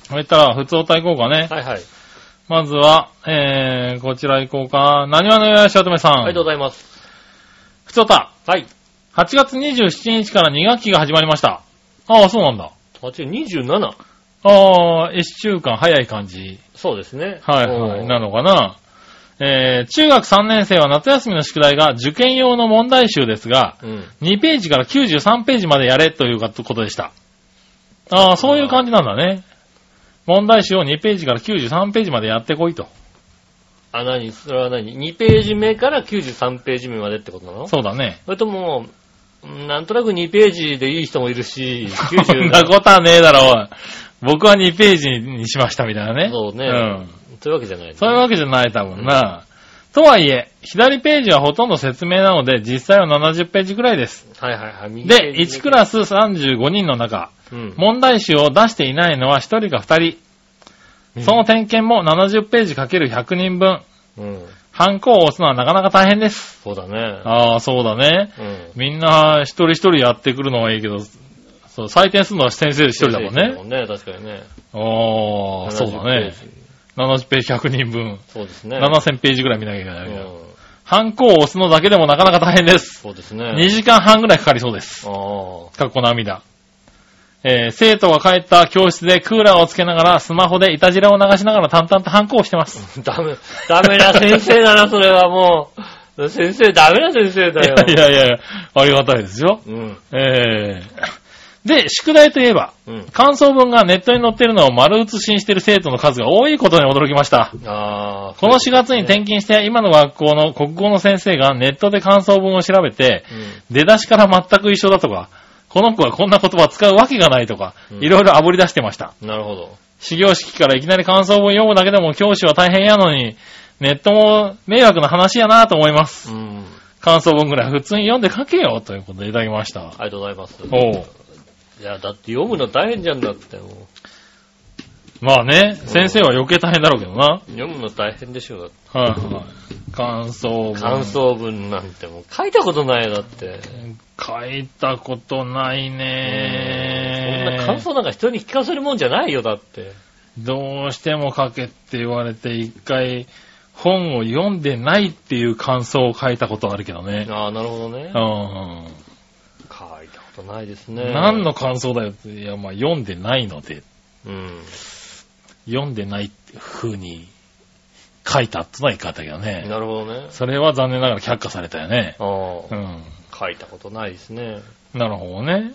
C: そしたら、普通お対抗かね。
B: はいはい。
C: まずは、えー、こちら行こうか。何わのよしおとめさん。
B: ありがとうございます。
C: ふつおた。
B: はい。
C: 8月27日から2学期が始まりました。ああ、そうなんだ。
B: 8 27。
C: ああ、1週間早い感じ。
B: そうですね。
C: はい、は
B: う
C: い。
B: ん
C: なのかな。えー、中学3年生は夏休みの宿題が受験用の問題集ですが、
B: うん。
C: 2ページから93ページまでやれということでした。ああ、そういう感じなんだね。問題集を2ページから93ページまでやってこいと。
B: あ、何それは何 ?2 ページ目から93ページ目までってことなの
C: そうだね。
B: それとも、うんなんとなく2ページでいい人もいるし、90
C: <laughs> そんなことはねえだろ、おい。僕は2ページにしましたみたいなね。
B: そうね
C: うん。
B: そういうわけじゃないのね
C: そういうわけじゃない、多分な。とはいえ、左ページはほとんど説明なので、実際は70ページくらいです。
B: はいはいはい。右ペ
C: で、
B: ージ
C: 1クラス35人の中、
B: うん。
C: 問題集を出していないのは1人か2人。その点検も70ページかける100人分。
B: うん。
C: ハンコを押すのはなかなか大変です。
B: そうだね。
C: ああ、そうだね。
B: うん。
C: みんな一人一人やってくるのはいいけど、そう、採点するのは先生一人だもんね。
B: ね。確かにね。
C: ああ、そうだ
B: 70ペー
C: ね
B: ジ。。
C: 70ページ100人分。
B: そうですね。
C: 7000ページぐらい見なきゃいけないけど。
B: うん
C: ハンコを押すのだけでもなかなか大変です。
B: そうですね。
C: 2時間半ぐらいかかりそうです。
B: ああ。
C: かっこ涙。えー生徒が帰った教室でクーラーをつけながら、スマホでいたじらを流しながら淡々とハンコをしてます。
B: ダメ、ダメな先生だな、それはもう。先生、ダメな先生だ
C: い
B: よ。
C: やいやいやいや、ありがたいですよ。
B: うん。
C: えーで、宿題といえば、
B: うん。
C: 感想文がネットに載ってるのを丸写しにしてる生徒の数が多いことに驚きました。
B: ああ。
C: この4月に転勤して、今の学校の国語の先生がネットで感想文を調べて、
B: うん。
C: 出だしから全く一緒だとか、この子はこんな言葉使うわけがないとか、
B: うん
C: いろいろ炙り出してました。
B: なるほど。
C: 始業式からいきなり感想文読むだけでも教師は大変やのに、ネットも迷惑な話やなと思います。
B: うん。
C: 感想文ぐらい普通に読んで書けよということでいただきました。
B: ありがとうございます。
C: おう。
B: いや、だって読むの大変じゃんだって、もう。
C: まあね、先生は余計大変だろうけどな。
B: 読むの大変でしょうだって。
C: はいはい。感想文。
B: 感想文なんてもう書いたことないよ、だって。
C: 書いたことないね
B: そんな感想なんか人に聞かせるもんじゃないよ、だって。
C: どうしても書けって言われて一回本を読んでないっていう感想を書いたことあるけどね。
B: ああ、なるほどね
C: う。ん。
B: 書いたことないですね。
C: 何の感想だよって。いや、まあ読んでないので、
B: うん。
C: 読んでないって風に書いたってのは言い方だけどね。
B: なるほどね。
C: それは残念ながら却下されたよね。う
B: あ
C: ん。
B: あ、書いたことないですね。
C: なるほどね。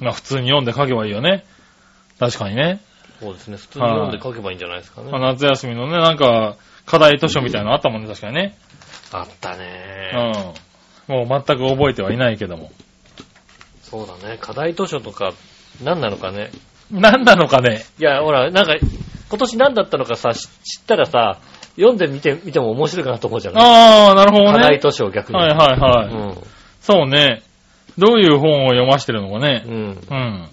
B: うん。
C: まあ普通に読んで書けばいいよね。確かにね。
B: そうですね。普通に読んで書けばいいんじゃないですかね
C: ま。あ夏休みのね、なんか課題図書みたいなのあったもんね、確かにね。
B: あったね。
C: うん。もう全く覚えてはいないけども。
B: そうだね。課題図書とか、何なのかね。
C: 何なのかね。
B: いや、ほら、なんか、今年何だったのかさ、し知ったらさ、読んでみて、見ても面白いかなと思うじゃない
C: ああ、なるほど
B: 課題
C: ね。
B: 図書を逆に。
C: はいはいはい、
B: うん。
C: そうね。どういう本を読ましてるのかね。
B: うん。
C: うん。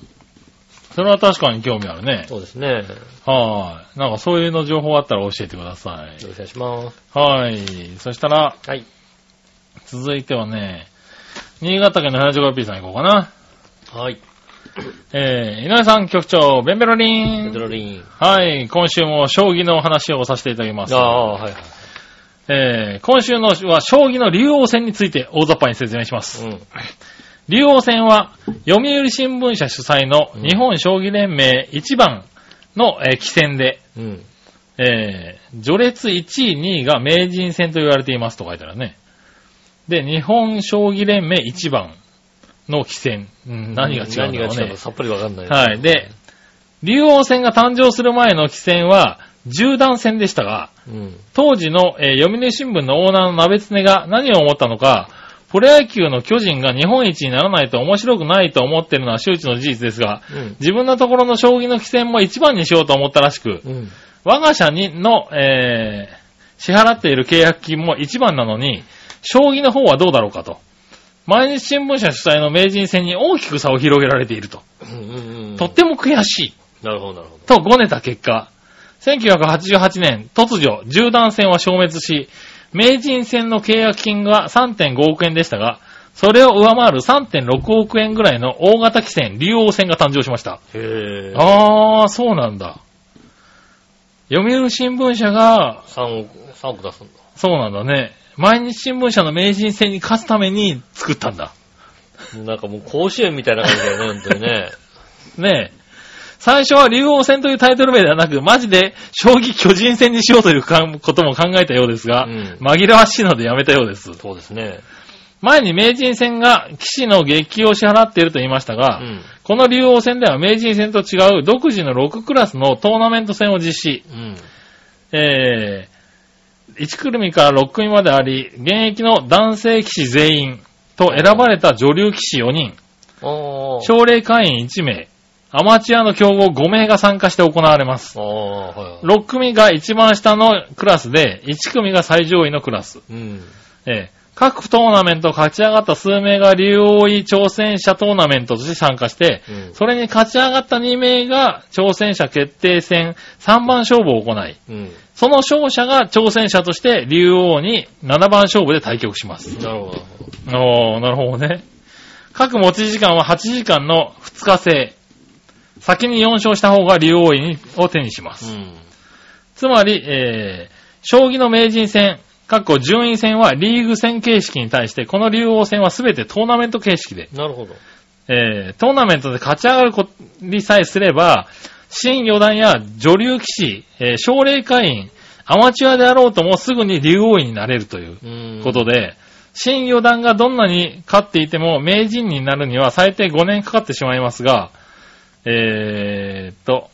C: それは確かに興味あるね。
B: そうですね。
C: はーい。なんかそういうの情報あったら教えてください。
B: お願いします。
C: はーい。そしたら、
B: はい。
C: 続いてはね、新潟県の花女 p さん行こうかな。
B: はい。
C: えー、井上さん局長、ベンベロリ
B: ペド
C: ン。
B: ロリン。
C: はい。今週も将棋のお話をさせていただきます。
B: ああ、はいはい。
C: えー今週のは将棋の竜王戦について大雑把に説明します。
B: うん。
C: 竜王戦は読売新聞社主催の日本将棋連盟1番の、えー棋戦で、
B: うん。
C: えー序列1位、2位が名人戦と言われていますと書いてあるね。で、日本将棋連盟1番の棋戦。うん何が違うんだろう
B: 何
C: ね。
B: が違うのさっぱりわかんない。
C: はい。で、竜王戦が誕生する前の棋戦は10段戦でしたが、
B: うん。
C: 当時の、えー読売新聞のオーナーの鍋つねが何を思ったのか、プロ野球の巨人が日本一にならないと面白くないと思ってるのは周知の事実ですが、
B: うん。
C: 自分のところの将棋の棋戦も一番にしようと思ったらしく、
B: うん。
C: 我が社にの、えー支払っている契約金も一番なのに、将棋の方はどうだろうかと。毎日新聞社主催の名人戦に大きく差を広げられていると。
B: うん。うん
C: とっ。ても悔しい。
B: なるほど、なるほ
C: とごねた結果、1988年突如、十段戦は消滅し、名人戦の契約金が3.5億円でしたが、それを上回る3.6億円ぐらいの大型棋戦、竜王戦が誕生しました。
B: ど。へえ。
C: あー、そうなんだ。読売新聞社が、
B: 3億、三億出すんだ。
C: そうなんだね。毎日新聞社の名人戦に勝つために作ったんだ。
B: なんかもう甲子園みたいな感じだよね、本当に
C: <laughs>
B: ね。
C: ねえ。最初は竜王戦というタイトル名ではなく、マジで将棋巨人戦にしようというかんことも考えたようですが、
B: うん
C: 紛らわしいのでやめたようです。
B: そうですね。
C: 前に名人戦が騎士の月給を支払っていると言いました
B: う
C: が、
B: ん。
C: この竜王戦では名人戦と違う独自の6クラスのトーナメント戦を実施。
B: うん。
C: えー、1組から6組まであり、現役の男性騎士全員と選ばれた女流騎士4人、
B: ああ。
C: 奨励会員1名、アマチュアの競合5名が参加して行われます。
B: ああ、はいはい。
C: 6組が一番下のクラスで、1組が最上位のクラス。
B: うん。
C: えー各トーナメントを勝ち上がった数名が竜王位挑戦者トーナメントとして参加して、
B: うん
C: それに勝ち上がった2名が挑戦者決定戦3番勝負を行い、
B: うん。
C: その勝者が挑戦者として竜王に7番勝負で対局します。
B: なるほど。
C: おー、なるほどね。各持ち時間は8時間の2日制。先に4勝した方が竜王位にを手にしま
B: う
C: す。
B: ん。
C: つまり、えー、将棋の名人戦、各個順位戦はリーグ戦形式に対して、この竜王戦は全てトーナメント形式で、
B: なるほど。
C: えー、トーナメントで勝ち上がることにさえすれば、新四段や女流棋士、えー奨励会員、アマチュアであろうともすぐに竜王位になれるという。
B: うん。
C: ことで、新四段がどんなに勝っていても名人になるには最低5年かかってしまいますが、えーっと、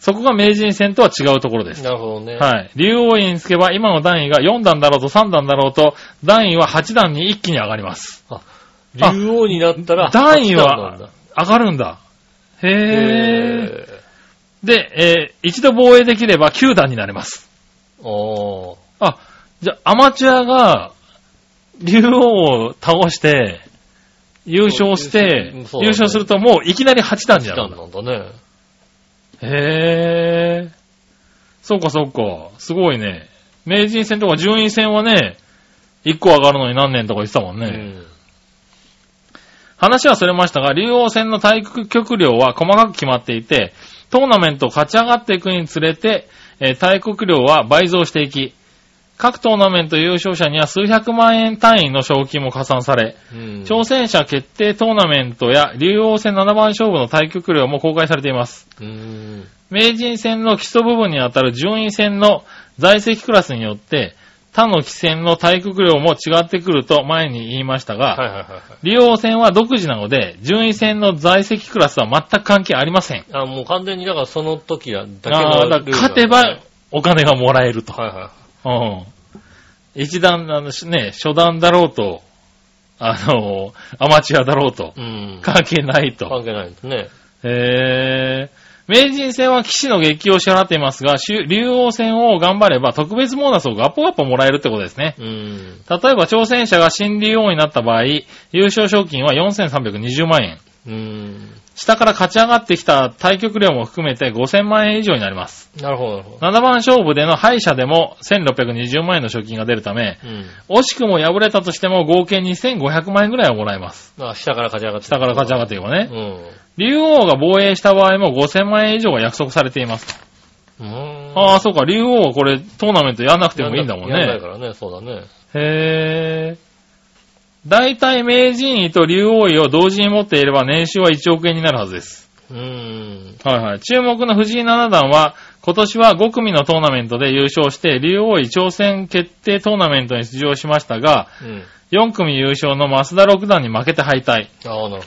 C: そこが名人戦とは違うところです。
B: なるほどね。
C: はい。竜王位につけば今の段位が4段だろうと3段だろうと、段位は8段に一気に上がります。
B: あ、竜王になったら、
C: 段位は
B: 八段なんだ。
C: 上がるんだ。へえ。
B: へ
C: で、えー一度防衛できれば9段になれます。
B: ー。おー。
C: あ、じゃあアマチュアが、竜王を倒して、優勝して、
B: そう優勝
C: 優勝するともういきなり8段じゃ
B: 八
C: んだ
B: 段。なんだね。
C: へえ。そうかそうか。すごいね。名人戦とか順位戦はね、1個上がるのに何年とか言ってたもんね。
B: うん
C: 話はそれましたが、竜王戦の対局量は細かく決まっていて、トーナメントを勝ち上がっていくにつれて、えー対局量は倍増していき、各トーナメント優勝者には数百万円単位の賞金も加算され、
B: うん。
C: 挑戦者決定トーナメントや竜王戦7番勝負の対局量も公開されています。
B: うん。
C: 名人戦の基礎部分にあたる順位戦の在籍クラスによって、他の棋戦の対局量も違ってくると前に言いました
B: は
C: が、
B: いはいはいはい。
C: 利用戦は独自なので、順位戦の在籍クラスは全く関係ありません。
B: あ、もう完全に、だからその時だけ
C: あ
B: の
C: ーだから勝てばお金がもらえると。
B: はいは
C: うん。一段、あの、しね、初段だろうと、あの、アマチュアだろうと
B: い。、うん。
C: 関係ないと。
B: 関係ないですね。
C: へー。名人戦は騎士の月給を支払っていますが、しゅ竜王戦を頑張れば特別ボーナスをガッポガッポもらえるってことですね。
B: うん。
C: 例えば挑戦者が新竜王になった場合、優勝賞金は4320万円。
B: うん。
C: 下から勝ち上がってきた対局量も含めて5000万円以上になります。
B: なるほど、なるほど。
C: 7番勝負での敗者でも1620万円の賞金が出るため、
B: うん。
C: 惜しくも敗れたとしても合計2500万円ぐらいはもらえます。
B: まあ、下から勝ち上がって。
C: 下から勝ち上がっていけばね。
B: うん。
C: 竜王が防衛した場合も5000万円以上が約束されています。
B: うーん。
C: ああ、そうか、竜王はこれトーナメントやんなくてもいいんだもん
B: やんない
C: ね。
B: からね、そうだね。
C: へえ。大体名人位と竜王位を同時に持っていれば年収は1億円になるはずです。
B: うーん。
C: はいはい。注目の藤井七段は、今年は5組のトーナメントで優勝して、竜王位挑戦決定トーナメントに出場しましたが、
B: うん。
C: 4組優勝の増田六段に負けて敗退。
B: ああ、なる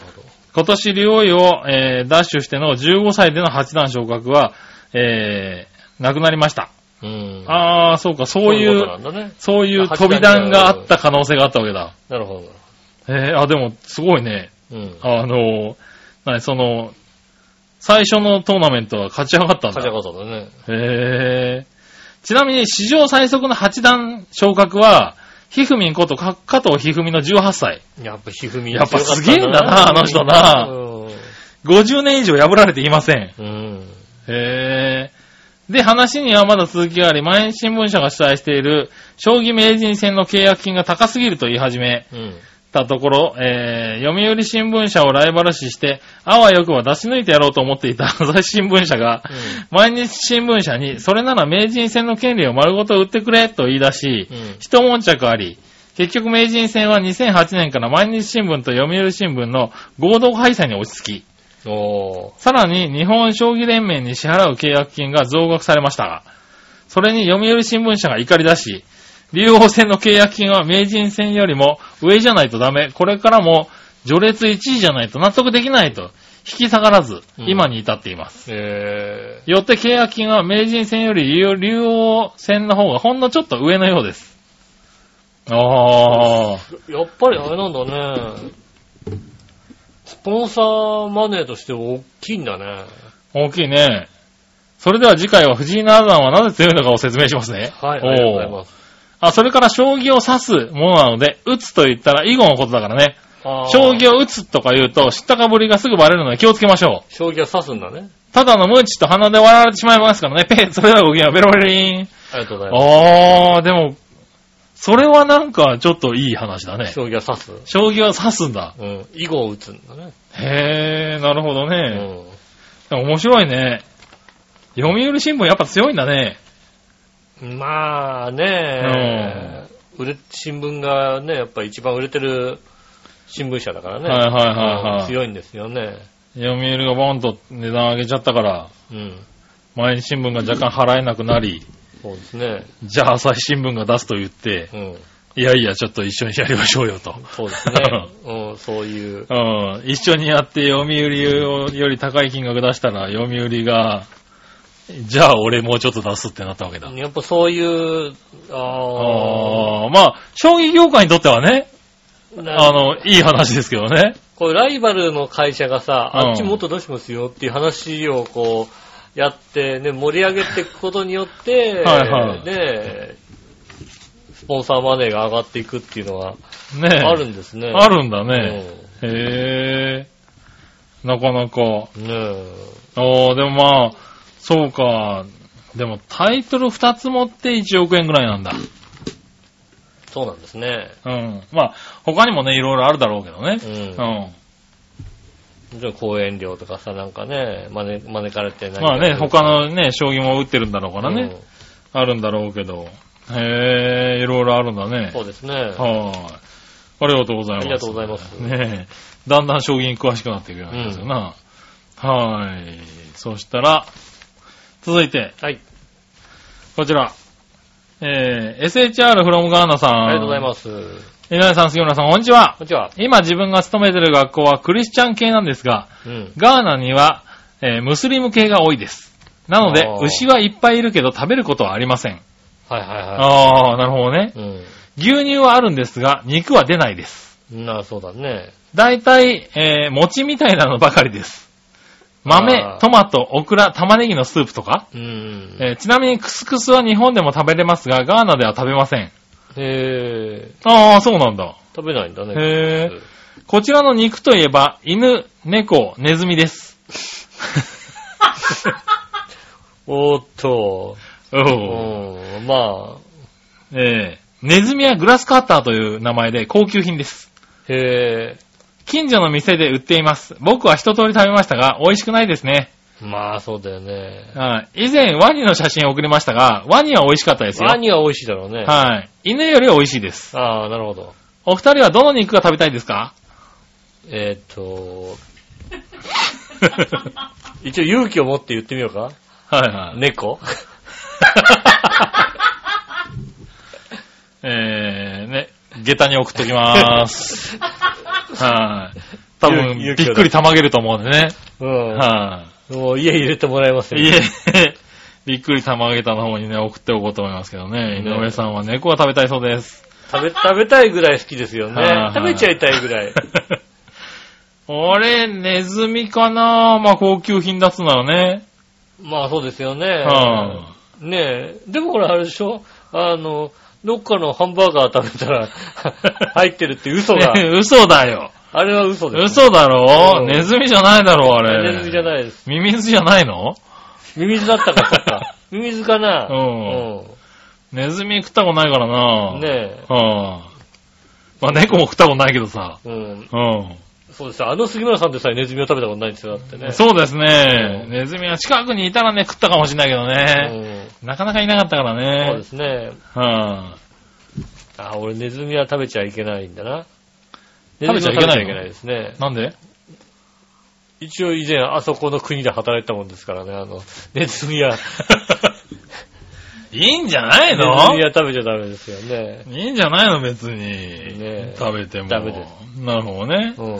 C: 今年竜王位を、えーダッシュしての15歳での八段昇格は、えー、なくなりました。
B: ほど。うん。あ、
C: あー、そうか、そうい
B: こと
C: う、
B: なんだね。
C: そういう飛び弾があった可能性があったわけだ。
B: なるほどなる
C: えー、あ、でも、すごいね。
B: ほど。うん。
C: あのー、なにその、最初のトーナメントは勝ち上がったんだ
B: 勝ち。上がったんだね。
C: へえ。ちなみに史上最速の八段昇格は、ひふみんことか加藤ひふみの18歳。
B: やっぱひふみ
C: やっぱすげえんだなあの人な50年以上破られていません。
B: うん。うん。
C: へえ。で、話にはまだ続きがあり、毎日新聞社が主催している、将棋名人戦の契約金が高すぎると言い始め
B: うん。
C: たところ、えー、読売新聞社をライバル視して、あわよくば出し抜いてやろうと思っていた <laughs> 朝日新聞社が、毎日新聞社に、それなら名人戦の権利を丸ごと売ってくれと言い出し
B: う、ん。
C: 一悶着あり、結局名人戦は2008年から毎日新聞と読売新聞の合同開催に落ち着き、
B: おー。
C: さらに日本将棋連盟に支払う契約金が増額されましたが、それに読売新聞社が怒り出し、竜王戦の契約金は名人戦よりも上じゃないとダメ、これからも序列1位じゃないと納得できないと、引き下がらず、
B: うん
C: 今に至っています。
B: え
C: よって契約金は名人戦より竜王戦の方がほんのちょっと上のようです。ああ。
B: ー。やっぱりあれなんだね。スポンサーマネーとして大きいんだね。
C: 大きいね。それでは次回は藤井七段はなぜ強いのかを説明しますね。
B: はい、ありがとうござい
C: おー
B: ます。
C: あ、それから将棋を指すものなので、打つと言ったら囲碁のことだからね。
B: あー
C: 将棋を打つとか言うと、知ったかぶりがすぐバレるので気をつけましょう。
B: 将棋は刺すんだね。
C: ただの無知と鼻で笑われてしまいますからね。 <laughs> ペン、それではごきげんようベロベロリン。
B: ありがとうございま
C: ああ、でも、それはなんかちょっといい話だね
B: す。。将棋は刺す。
C: 将棋は指すんだ。
B: うん。囲碁を打つんだね。
C: へー、なるほど
B: う
C: ね。
B: ん。
C: 面白いね。読売新聞やっぱ強いんだね。
B: まあね、売れ、新聞がね、やっぱ一番売れてる新聞社だからね。
C: はいはいはいはい
B: うん強いんですよね。
C: 読売がボンと値段上げちゃったから、
B: うん。
C: 毎日新聞が若干払えなくなり、
B: そうですね。
C: じゃあ朝日新聞が出すと言って、
B: うん。
C: いやいや、ちょっと一緒にやりましょうよと。
B: そうです
C: <laughs>
B: ね。うん、そういう。
C: うん、一緒にやって読売をより高い金額出したら、読売が、じゃあ俺もうちょっと出すってなったわけだ。
B: やっぱそういう、ああ、
C: あーまあ、将棋業界にとってはね、
B: な
C: あの、いい話ですけどね。
B: こうライバルの会社がさ、
C: うん
B: あっちもっと出しますよっていう話をこう、やって、ね、盛り上げていくことによって、
C: はいはい
B: ね、スポンサーマネーが上がっていくっていうのは
C: ねえ。
B: あるんですね。
C: あるんだね。へえ。なかなか。
B: うん。ねえ。
C: おー、でもまあ、そうか。でもタイトル2つ持って1億円ぐらいなんだ。
B: そうなんですね。
C: うん。まあ、他にもね、いろいろあるだろうけどね
B: う。。
C: うんん。
B: じゃあ講演料とかさ、なんかね、招招かれてない。
C: まあね、他のね、将棋も打ってるんだろうから
B: うん
C: ね。あるんだろうけど。へえ、いろいろあるんだね。
B: そうですね。
C: はーい。ありがとうござ
B: あ
C: います。
B: りがとうございます。
C: ねえ、だんだん将棋に詳しくなっていくようになりますよな。はーい。そしたら、続いて、
B: はい。
C: こちら。えー、SHR from ガーナさん。。
B: ありがとうございますす。こ
C: 稲井さん、杉村さん、こんにちは。
B: んにちは。
C: 今自分が勤めてる学校はクリスチャン系なんですが、
B: うん。
C: ガーナには、えームスリム系が多いです。なので
B: あ、ー
C: 牛はいっぱいいるけど食べることはありません。
B: はいは
C: ああ、なるほどね
B: い。はい。
C: 牛乳はあるんですが、肉は出ないです。
B: うん。なあ、そうだね。
C: 大体、えー、餅みたいなのばかりです。
B: あ
C: 豆
B: ー、
C: トマト、オクラ、玉ねぎのスープとか。
B: うん。
C: えーちなみにクスクスは日本でも食べれますが、ガーナでは食べません。
B: へえ、
C: ああ、そうなんだ。
B: 食べないんだね。
C: へーこちらの肉といえば、犬、猫、ネズミです。
B: おーっと、う
C: おー
B: ん、ま
C: えーネズミはグラスカッターという名前で高級品です。
B: あ、へえ、
C: 近所の店で売っています。僕は一通り食べましたが、美味しくないですね。
B: まあそうだよね。
C: はい以前、ワニの写真を送りましたが、ワニは美味しかったですよ。
B: ワニは美味しいだろうね。
C: はい。犬より美味しいです。
B: ああ、なるほど。
C: お二人はどの肉が食べたいですか
B: えーっと、 <laughs> 一応勇気を持って言ってみようか。
C: はいはい。
B: 猫
C: えー、ね、下駄に送っときまー
B: <laughs>
C: す。はい。多分、び
B: 勇
C: っ
B: 気を出して
C: くりたまげると思うんでね。
B: うん。
C: は
B: もう家入れてもらえます
C: い。
B: よ。
C: いえ、びっくりたまげたの方にね、送っておこうと思いますけどね。井
B: ね
C: 上さんは猫が食べたいそう
B: <laughs>
C: です。
B: 食べ、食べたいぐらい好きですよね
C: は。い
B: 食べちゃいたいぐらい。
C: 俺、ネズミかなまあ、高級品だっつうならね。
B: まあそうですよね。
C: は
B: ねえ、でもこれあれでしょあの、どっかのハンバーガー食べたら <laughs> 入ってるって嘘が。
C: ね嘘だよ。
B: あれは嘘です。
C: 嘘だ
B: う
C: ろ、
B: ん
C: ネズミじゃないだろあれ。
B: ネズミじゃ
C: い。
B: ないです。
C: ミミズじゃないの
B: ミミズだったか、そっ
C: <laughs>
B: か。ミミズかな。
C: うんネズミ食ったことないから
B: うん
C: な
B: ね
C: はあ。まあ、猫も食ったことないけどさ。
B: え。うん。
C: うん。
B: そうですよあの杉村さんでさえネズミを食べたことないんですよ、だってね。
C: そうですね
B: う。ん
C: ネズミは近くにいたらね、食ったかもしれないけど
B: う
C: ね。
B: ん
C: なかなかいなかったから
B: そうで
C: ね。
B: すね。
C: はあ。
B: あ、俺ネズミは食べちゃいけないんだな。
C: 食べちゃいけな
B: ネズミは食べ
C: いの
B: ちゃいけないですね。
C: なんで
B: 一応以前あそこの国で働いてたもんですからね、あの、ネズミ
C: <laughs>
B: は。
C: <laughs> いいんじゃな
B: ネ
C: い
B: ズ
C: の
B: ミは食べちゃダメですよね。
C: いいんじゃないの別に。
B: ね
C: 食べても。
B: ダメで
C: なるほどね。
B: うん。
C: は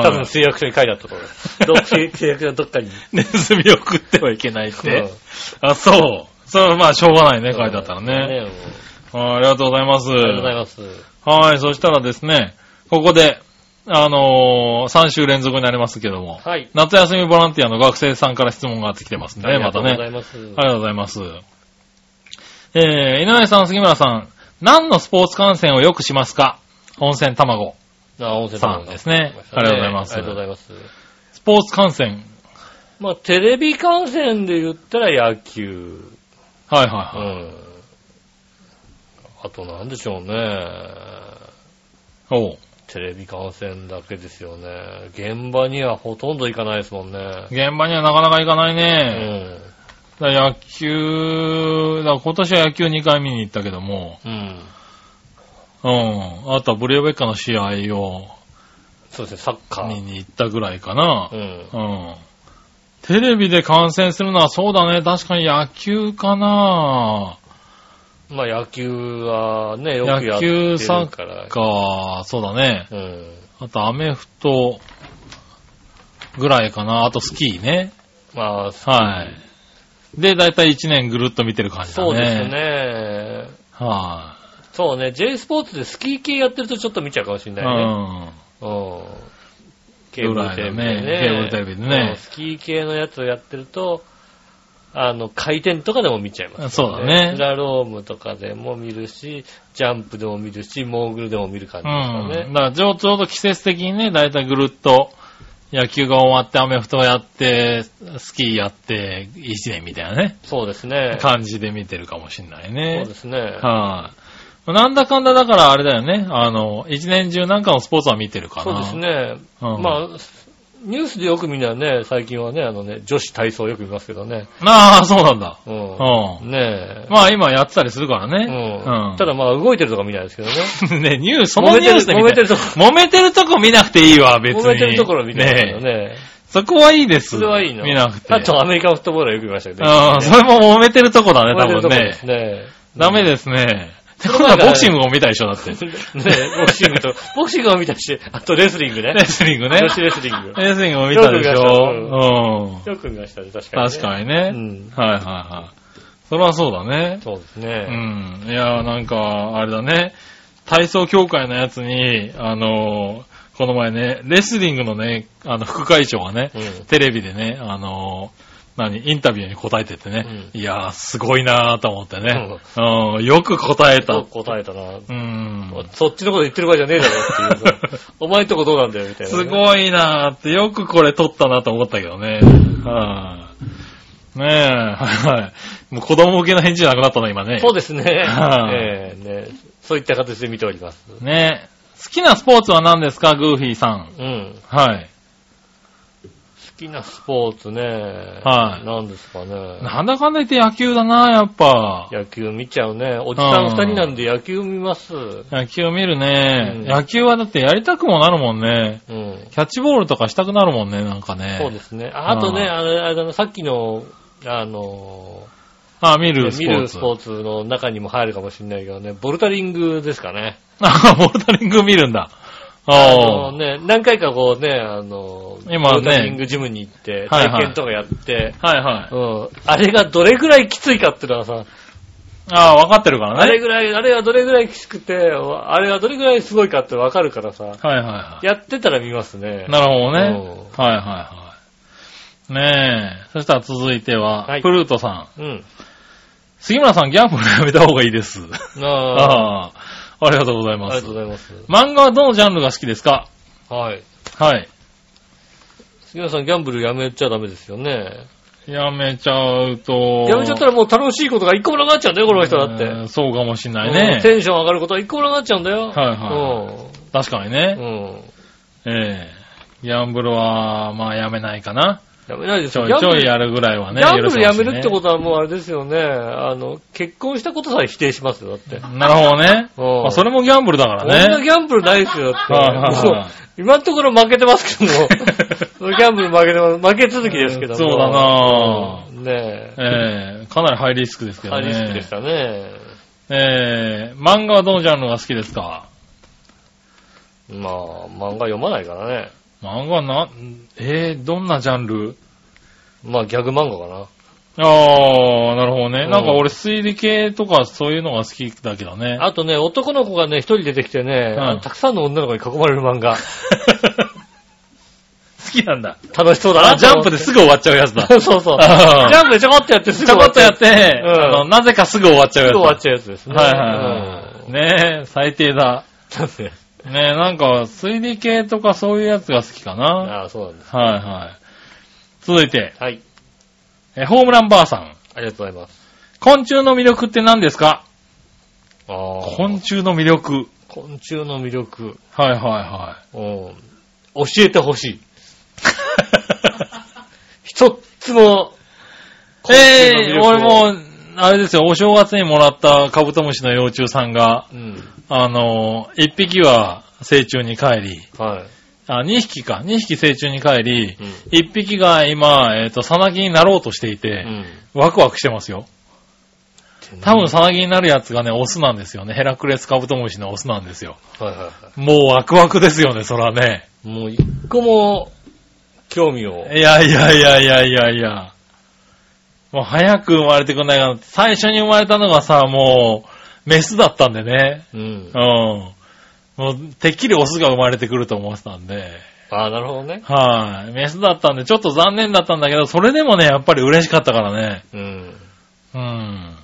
C: い
B: 多分誓約書に書いてあったと思う。どっ誓約書のどっかに。
C: <laughs> ネズミを食ってはいけないっ
B: うん
C: て。 <laughs> あ、そう。それはまあ、しょうがないね、書いてあったらね。
B: もう
C: はいありがとうございます。あり
B: ありがとうございます。
C: はい、そしたらですね、ここで、あの3週連続になりますけども、
B: はい。
C: 夏休みボランティアの学生さんから質問が来てますんでね、また
B: ありがとうござ
C: ね。
B: います。
C: ありがとうございます。えー、井上さん、杉村さん、何のスポーツ観戦をよくしますか温泉卵。
B: あ、温泉
C: さんですねありがとうございます
B: ありがとうございます。
C: スポーツ観戦。
B: まあ、テレビ観戦で言ったら野球。
C: はいうは
B: ん。あとなんでしょうね。
C: いはい。おう
B: テレビ観戦だけですよね。現場にはほとんど行かないですもんね。
C: 現場にはなかなか行かないうね。
B: ん。
C: だから野球、だから今年は野球2回見に行ったけども、
B: うん。
C: うん。あとはブレーベッカの試合を
B: そうですね、サッカ
C: 見
B: ー。
C: に行ったぐらいかな
B: う。ん。
C: うん。テレビで観戦するのはそうだね。確かに野球かな
B: まあ野球はね、よくやって
C: 野球
B: る
C: サッ
B: から。
C: か、そうだね。
B: うん。
C: あとアメフトぐらいかな。あとスキーね。
B: まあ、
C: はい。で、だいたい1年ぐるっと見てる感じだね。
B: そうですね。
C: はい、
B: そうね、J スポーツでスキー系やってるとちょっと見ちゃうかもしれ
C: う
B: ないね。
C: ん。
B: うん。ケーブルテレビで
C: ぐら
B: ね。
C: いのねケーブルテレビでね
B: うんスキー系のやつをやってると、あの、回転とかでも見ちゃいます、
C: そうだね
B: スラロームとかでも見るし、ジャンプでも見るし、モーグルでも見る感じですか
C: うん。
B: ね。
C: だからちょうちょうど季節的にね、だいたいぐるっと野球が終わって、アメフトやって、スキーやって、一年みたいなね、
B: そうですね。そ
C: 感じで見てるかもしんないうね
B: で。すね。
C: はい。なんだかんだだからあれだよね。あの、一年中なんかのスポーツは見てるかな。
B: そうです。ね。
C: うん
B: まあ、ニュースでよく見るのはね、最近はね、あのね、女子体操よく見ますけどね。
C: ああ、そうなんだ。
B: う。
C: うんん。
B: ねえ。
C: まあ今やってたりするから
B: う
C: ね。
B: ん。ただまあ動いてるとか見ないですけどね。
C: うん。 <laughs> ね、ニュース、そのニュースで
B: <laughs> 揉
C: 見
B: め
C: て
B: てる揉めてるとこ
C: 揉めてるとこ見なくていいわ、別に。
B: 揉めてるところ見たいけど
C: ね。
B: ね。
C: そこはいいです。
B: それはいいの。
C: 見なくて。
B: あとアメリカンフットボールはよく見ましたけど
C: うん、それも揉めてるとこだね、
B: 揉めてる
C: 多
B: と
C: 分
B: こ
C: ね
B: で。すね。
C: ダメですね。って
B: そ
C: こ
B: の前
C: とは
B: が
C: ボクシングも見たでしょ、
B: <laughs>
C: だって。
B: ねえボクシングと、ボクシングも見たし、あとレスリングね
C: レ。スリングね。
B: 女子レスリング。
C: レスリングも見たでし
B: よく見ましたう
C: ょ。うん。
B: よく見ましたね、確かに。
C: 確かに
B: う
C: ね。
B: ん。
C: はいはいはい。それはそうだね。
B: そうです
C: う
B: ね。
C: ん。いやーなんか、あれだね。体操協会のやつに、あのーこの前ね、レスリングのね、あの、副会長がね、
B: うん
C: テレビでね、あのー何インタビューに答えてってね。いやー、すごいなーと思ってね。うん、よく答えた
B: と。答えたな。
C: うん。
B: そっちのこと言ってる場合じゃねえだろっていう。
C: <laughs>
B: お前んとこどうなんだよ、みたいなね。
C: す
B: い。
C: ごいなーって、よくこれ撮ったなと思ったけどね。はい、ねえ、はい。もう子供向けの返事じゃなくなったの、今ね。
B: そう
C: <laughs>
B: ですね。
C: はい
B: ええねそういった形で見ております。
C: ねえ。好きなスポーツは何ですか、グーフィーさん。
B: うん。
C: はい。
B: 好きなスポーツね。
C: はい
B: なんですかね。
C: なんだかんだ言って野球だな、やっぱ。
B: 野球見ちゃうね。おじさん二人なんで野球見ます。
C: 野球見るね、
B: うん
C: 野球はだってやりたくもなるもんね。
B: うん。
C: キャッチボールとかしたくなるもんね、なんかね。
B: そうですね。ああとね、
C: うん
B: あれ、あれだなさっきの、あの
C: あ、見る
B: ー、
C: ス
B: 見
C: ポー
B: る
C: ツ。
B: スポーツの中にも入るかもしれないけどね、ボルタリングですかね。
C: <laughs> あ、ボルダリング見るんだ。
B: あ
C: あ
B: の
C: あ。
B: ね、何回かこうね、あのー、
C: 今ね
B: ボルタリングジムに行って、
C: はいは
B: 体
C: い
B: 験とかやって、
C: はいはい。
B: うん。あれがどれぐらいきついかっていうのはさ、
C: ああ、わかってるから
B: あれ
C: ね。
B: ぐらい、あれがどれぐらいきつくて、あれがどれぐらいすごいかってわかるからさ、
C: はいはいはい。
B: やってたら見ますね。
C: なるほどね。
B: う
C: はいはいはい。ねえ。そしたら続いては、
B: はい
C: プルートさん。
B: うん。
C: 杉村さん、ギャンブルやめた方がいいです。
B: なあ
C: ああ、ありがとうござい
B: あ
C: ま
B: りが
C: す
B: とう。ございます。
C: 漫画はどのジャンルが好きですか
B: はい。
C: はい。
B: 杉村さん、ギャンブルやめちゃダメですよね。
C: やめちゃうと。
B: やめちゃったらもう楽しいことが一個もなくなっちゃうんだよ、この人だって。
C: うんそうかもしんない
B: うん
C: ね。
B: テンション上がることは一個もなくなっちゃうんだよ。
C: はいは確かにね
B: う。ん。うん。
C: ええギャンブルは、まあやめないかな。
B: やめないです
C: ちょ
B: よ。
C: いち
B: ギャ
C: ょ
B: ンブ
C: い
B: ル
C: やるぐらいはね。
B: ギャンブルやめるってこととはもうあれですよね。あの、結婚したことさえ否定しますよ、だって。
C: なるほどね。
B: <laughs> うん
C: まあそれもギャンブルだか
B: こんな
C: らね。
B: ギャンブルないですよ、だって。
C: はいはいはい
B: もう今のところ負けてますけど
C: <laughs>
B: も。ギャンブル負けてます。負け続きですけども。
C: そうだなぁ
B: ぁ。ねえ。
C: ええかなりハイリスクですけど
B: ハ
C: ね。
B: リスクでしたね。
C: えー、漫画はどのジャンルが好きですか
B: まあ、漫画読まないからね。
C: 漫画はな、えー、どんなジャンル
B: まあ、ギャグ漫画かな。
C: あー、なるほどね。
B: うん
C: なんか俺推理系とかそういうのが好きだけどね。
B: あとね、男の子がね、一人出てきてね、
C: うん
B: あのたくさんの女の子に囲まれる漫
C: <laughs>
B: 画。
C: 好きなんだ。
B: 楽しそうだな
C: あ、ジ
B: と
C: ャ
B: 思
C: ン
B: って。
C: プですぐ終わっちゃうやつ <laughs> だ。
B: そうそうそう。ジ
C: あー
B: ャンプでちょこっとやってすぐ
C: ちょ
B: 終
C: こ
B: わ
C: っとやって、
B: うん
C: あの、なぜかすぐ終わっちゃ
B: す
C: うや
B: ぐ
C: つだ。
B: 終わっちゃうやつですね。
C: はいはいはい。ねえ、最低だ。
B: い。
C: ねえ、なんか推理系とかそういうやつが好きかな。
B: ああ、そうなんです。
C: はいはい。続いて、
B: はい。
C: えホームランバーさん。
B: ありがとうございます。
C: 昆虫の魅力って何ですか
B: ああ。
C: 昆虫の魅力。
B: 昆虫の魅力。
C: はいはいは
B: うん。教えてほしい。
C: <laughs>
B: 一つも、
C: い。え
B: 昆虫の魅
C: え
B: 力を
C: 俺も、あれですよ、お正月にもらったカブトムシの幼虫さんが、
B: うん。
C: あのー、一匹は成虫に帰り、
B: はい。
C: あ、二匹か、二匹成虫に帰り
B: うん、
C: 一、匹が今、えっ、と、サナギになろうとしていて、
B: ん。
C: ワクワクしてますよ。多分サナギになるやつがね、オスなんですよね。ヘラクレスカブトムシのオスなんですよ。
B: はいはいは
C: もうワクワクですよね、そらね。
B: い。もう一個も、興味を。
C: いやいやいやいやいやいや。もう早く生まれてくんないかな。最初に生まれたのがさ、もう、メスだったんでね。
B: うん
C: うん。。もう、てっきりオスが生まれてくると思ってたんで。
B: ああ、なるほどね。
C: はい。メスだったんで、ちょっと残念だったんだけど、それでもね、やっぱり嬉しかったからね。
B: うん。
C: うん。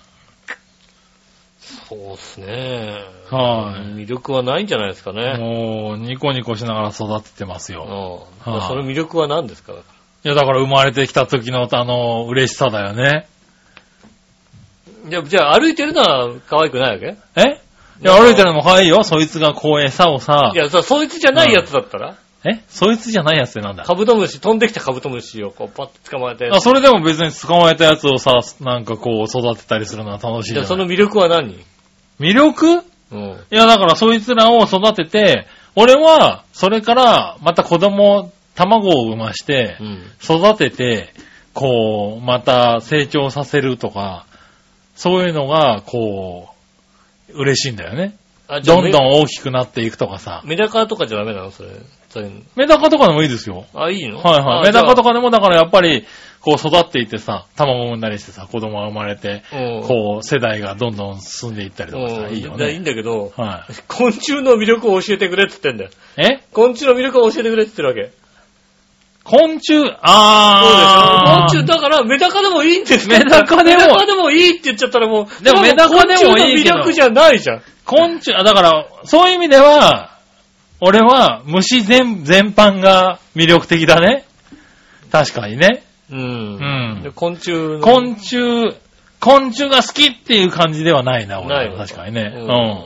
B: そうっすね。
C: はい
B: 魅力はないんじゃないですかね。
C: もう、ニコニコしながら育ててます
B: うん。
C: よ。
B: まあ
C: はい
B: その魅力は何ですか
C: いや、だから生まれてきた時の、あの、嬉しさだよね。
B: じゃあ、じゃあ歩いてるのは可愛くないわけ
C: えいや、歩いてるのも可愛いよ。そいつがこう餌をさ
B: い、や、そ、そいつじゃないやつだったら、
C: えそいつじゃないやつってなんだ
B: カブトムシ、飛んできたカブトムシをこうパッと捕まえて。
C: あ、それでも別に捕まえたやつをさ、なんかこう育てたりするのは楽しい
B: じ
C: じ
B: ゃ
C: ゃ
B: あ
C: ん。
B: その魅力は何
C: 魅力
B: うん。
C: いや、だからそいつらを育てて、俺は、それから、また子供、卵を産まして
B: う、ん。
C: 育てて、こう、また成長させるとか、そういうのが、こう、嬉しいんだよね。
B: あ、じゃあ
C: どんどん大きくなっていくとかさ。
B: メメダカとかじゃダメなのそれ。そういうの
C: メダカとかでもいいですよ。
B: あ、いいの
C: はいはい。メダカと
B: か、
C: かでもだからやっぱり、こう育っていってさ、卵を産んだりしてさ、子供が生まれて、
B: うん。
C: こう世代がどんどん進んでいったりとかさ、
B: うん。
C: い
B: い
C: いよ
B: い
C: ね。
B: んだけど、
C: は
B: 昆虫の魅力を教えてくれって言ってんだよ。
C: い。え
B: 昆虫の魅力を教えてくれって言ってるわけ。
C: 昆虫、
B: そう
C: あ
B: で
C: ー。
B: すよ。昆虫、だから、メダカでもいいんです
C: メダカでも
B: メダカでもいいって言っちゃったらもう、
C: でもメダカでもいいけど
B: 昆虫の魅力じゃないじゃん。
C: 昆虫、あ、だから、そういう意味では、俺は虫全、全般が魅力的だね。確かにね。
B: う
C: うん
B: ん。で昆虫の。
C: 昆虫、昆虫が好きっていう感じではないな、
B: な
C: 俺
B: い
C: は。
B: わ
C: 確かにね。
B: う
C: うんん。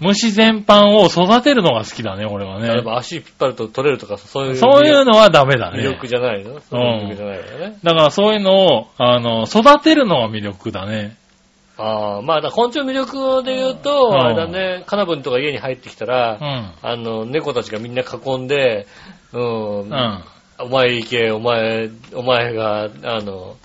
C: 虫全般を育てるのが好きだね、俺は
B: 例え
C: ね。
B: ば足引っ張ると取れるとか、そういう。
C: そういうのはダメだ
B: 魅
C: ね。
B: 力じゃないのそういう魅力じゃないよね。
C: だからそういうのを、あの、育てるのが魅力だね。
B: ああ、まあ、だから昆虫の魅力で言う
C: うん
B: と、あれだね、カナブンとか家に入ってきた
C: う
B: ら、
C: ん。
B: あの、猫たちがみんな囲んで、うん、
C: うん。
B: お前行け、お前、お前が、あの、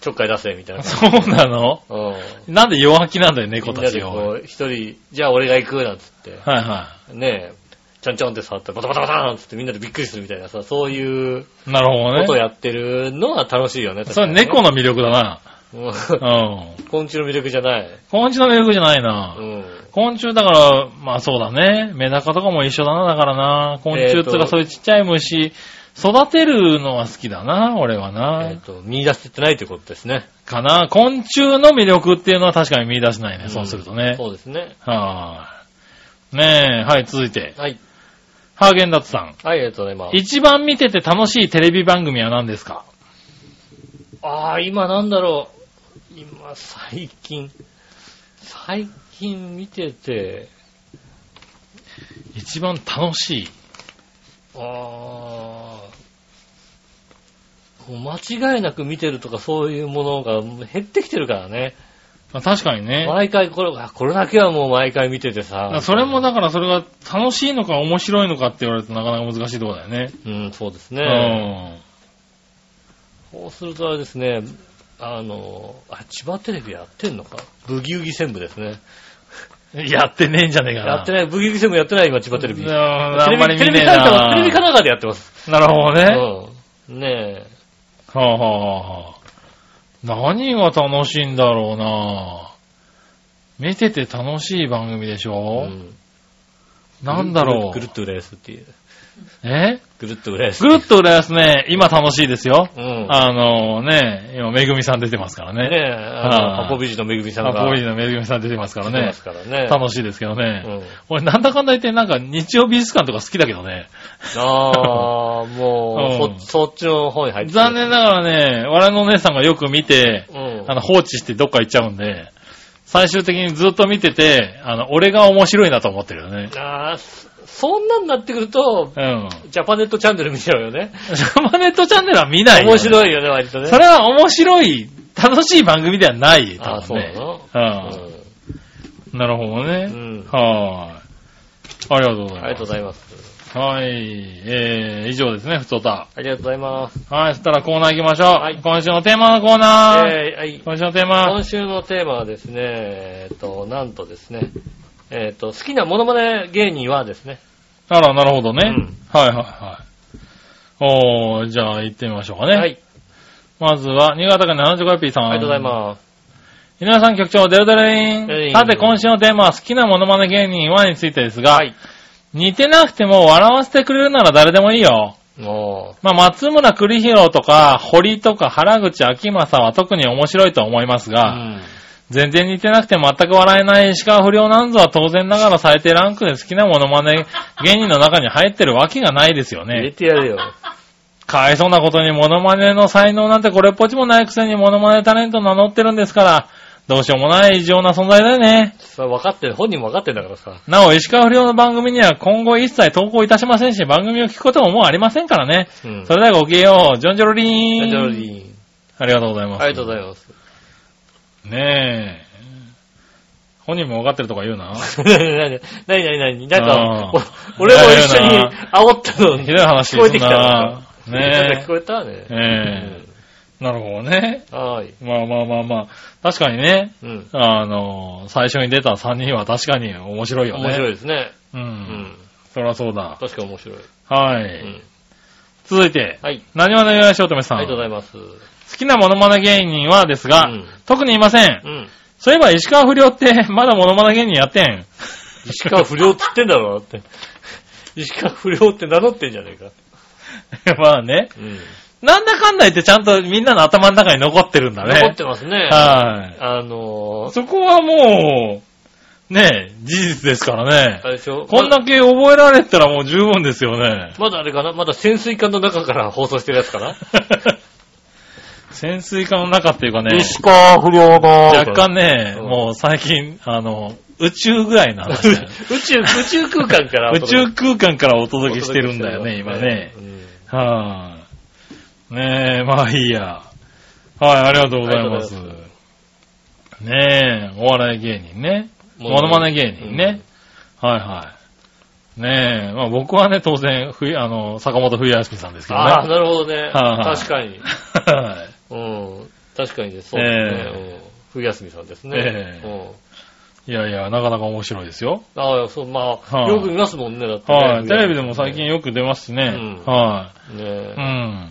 B: ちょっかい出せ、み
C: <laughs>
B: たいな。
C: そうなの
B: うん。
C: なんで弱気なんだよ、
B: み
C: 猫
B: んな
C: たち
B: で
C: が。
B: こ、
C: はいう
B: 一人、じゃあ俺が行く、なんつって。
C: は
B: ねえ、ちゃんちゃんって触ったらバタバタバタなんつってみんなでびっくりするみたいなさ、そういう
C: い。なる
B: こ
C: ほ
B: と
C: ど
B: を
C: ね。
B: やってるのは楽しいよね。
C: <laughs> それ猫の魅力だな。
B: の。
C: うん。
B: 昆虫の魅力じゃない。
C: 昆虫の魅力じゃないうな。
B: ん。
C: 昆虫だから、まあそうだね。メダカとかも一緒だな、だからな。昆虫ってい
B: え
C: う
B: ー
C: か
B: と
C: そういうちっちゃい虫、育てるのは好きだな、俺は
B: えっ
C: な。
B: と、見出せてないということですね。
C: かな。昆虫の魅力っていうのは確かに見出せないね、そうすると
B: ん
C: ね。
B: そうですね。
C: はい。ねえ、はい、続いて。
B: はい。
C: ハーゲンダッツさん。
B: はい、ありがとうございます。
C: 一番見てて楽しいテレビ番組は何ですか
B: ああ、今なんだろう。今、最近。最近見てて、
C: 一番楽しい。
B: ああ、もう間違いなく見てるとかそういうものが減ってきてるからね。
C: まあ、確かにね。
B: 毎回これ、あこれだけはもう毎回見てて
C: だから
B: さ。
C: それもだからそれが楽しいのか面白いのかって言われるとなかなか難しいところだよね。
B: うん、そうです
C: う
B: ね。そうするとあれですね、あの、あ、千葉テレビやってんのかブギウギ専部ですね。
C: ん。やってねえんじゃねえかな。
B: やってない、ブギウギ専部やってない今、千葉テレビ。
C: う
B: テ
C: ん
B: レ
C: あんま
B: ビ、
C: り
B: テレビ
C: 見ね
B: 神
C: え
B: 奈
C: な。
B: 川、テレビ神奈川でやってます。
C: なるほどね。
B: うん。ねえ。
C: はあ、はあはあ、何が楽しいんだろうな見てて楽しい番組でしょ、
B: うん
C: なんだろう
B: ぐるっとぐるっと浦安っていう。
C: え
B: ぐるっと浦安。
C: ぐっと浦安ね、今楽しいですよ。
B: うん。
C: あのね、今、めぐみさん出てますから
B: ねえ、
C: ね。
B: あ
C: はい
B: の、箱美人のめぐみさん
C: あ、
B: が。
C: こういうのめぐみさん出てますから
B: 出てま
C: ね
B: す。からね。
C: 楽しいですけどね。
B: うん。
C: 俺、なんだかんだ言って、なんか、日曜美術館とか好きだけどね。
B: ああ、
C: <laughs>
B: もう、
C: う
B: そ
C: ん
B: そっちの方に入って
C: 残念ながらね、我のお姉さんがよく見て、
B: 念
C: あの、放置してどっか行っちゃうんで、最終的にずっと見てて、あの、俺が面白いなと思ってるよね。
B: うん。ああ、そそんなんなってくると、
C: うん。
B: ジャパネットチャンネル見ちゃうよね。
C: ジャパネットチャンネルは見ないよ、
B: 面白いよね、割とね。
C: それは面白い、楽しい番組ではない。
B: ああ、
C: 多
B: そう
C: 分
B: な
C: ね
B: の
C: うんなるほどね。
B: うん
C: はーい。ありがとうございます。
B: ありがとうございます。
C: はい。えー、以上ですね、ふつおた。
B: ありがとうございます。
C: はい、そしたらコーナー行きましょう。
B: はい
C: 今週のテーマのコー
B: え
C: ナー。
B: ーはい。
C: 今週のテーマ
B: 今。週のテーマはですね、えっと、なんとですね、えっと、好きなモノマネ芸人はですね、
C: あら、なるほどね。
B: うん
C: はいはいはい。おー、じゃあ行ってみましょうかね。
B: はい。
C: まずは、新潟県 75P さん。
B: ありがとうございます。
C: 井上さん局長、デルデレ
B: デ
C: イン。
B: イン
C: さて、今週のテーマは好きなモノマネ芸人はについてですが、
B: はい。
C: 似てなくても笑わせてくれるなら誰でもいいよ。
B: おー。
C: まあ、松村栗弘とか、堀とか、原口秋政は特に面白いと思います
B: う
C: が、
B: ん。
C: 全然似てなくて全く笑えない石川不良なんぞは当然ながら最低ランクで好きなモノマ
B: <laughs>
C: ネ芸人の中に入ってるわけがないですよ
B: 入れ
C: ね。
B: てやれよ。
C: かわいそうなことにモノマネの才能なんてこれっぽっちもないくせにモノマネタレント名乗ってるんですから、どうしようもない異常な存在だよね。
B: それ分かってる、本人も分かってんだからさ。
C: なお、石川不良の番組には今後一切投稿いたしませんし、番組を聞くことももうありませんからね。
B: うん。
C: それではごきげんよう、ジョンジョロリ
B: ジ
C: ーン。
B: ャジャロリン。
C: ありがとうございます。
B: ありがとうございます。
C: ねえ。本人もわかってるとか言うな。
B: 何何何何なん
C: あ
B: か
C: ー、
B: お俺も一緒
C: だ
B: に
C: よ
B: 煽ったの
C: ひどい話
B: 聞こえてきた
C: な。
B: のなんか
C: ね
B: 聞こえたね。
C: え。ええ。なるほどね。
B: うんはーい。
C: まあまあまあまあ。確かにね。
B: うん。
C: あの、最初に出た3人は確かに面白いよね。
B: 面白い
C: い。
B: ですね。
C: う。
B: うんん。
C: そりゃそうだ。
B: 確かに面白い。
C: は
B: う
C: い。
B: ん。
C: 続いて、
B: はい。
C: 何話のよやしおとめさ
B: あり
C: ん。
B: がとうご
C: 好
B: ざいます。
C: きなモノマネ芸人はですが
B: うん、
C: 特にいません
B: う。ん。
C: そういえば石川不良って <laughs> まだモノマネ芸人やってん。 <laughs>
B: 石川不良って言ってんだろ、だ <laughs> って。石川不良って名乗ってんじゃねえか。
C: まあね。
B: うん。
C: なんだかんだ言ってちゃんとみんなの頭の中に残ってるんだね。
B: 残ってますね。
C: はい。
B: あのー、
C: そこはもう、ねえ、事実ですからね
B: あ。れでしょ
C: こんだけ覚えられたらもう十分ですよね。 <laughs>
B: まだあれかなまだ潜水艦の中から放送してるやつかな
C: 潜水艦の中っていうかね、
B: 川不良の
C: 若干ね、
B: うん
C: もう最近、あの、宇宙ぐらいの
B: <laughs>
C: 話だよね
B: <laughs> 宇宙、 <laughs> 宇宙空間から
C: 宇宙
B: 空
C: 空間からお届けしてるんだよね、今ね。。はい、ねえ、まあいいや。はい、ありがとうございます
B: ありがとうござい。
C: ねえ、お笑い芸人ね。
B: も
C: モ
B: の
C: ノマネ芸人ね。はいはい。ねえ、まあ僕はね、当然、ふいあの、坂本冬休みさんですけどね。
B: ああ、なるほどね。
C: はい
B: 確かに。
C: <laughs> はい。
B: うん。確かにね、そうですね。うん冬休みさんですね。
C: ええ
B: うん
C: いやいや、なかなか面白いですよ。
B: ああ、そう、まあ、
C: はい
B: よく見ますもんね、だってね。
C: はい。テレビでも最近よく出ますしね。
B: うん
C: は
B: ね
C: い。
B: え
C: うん。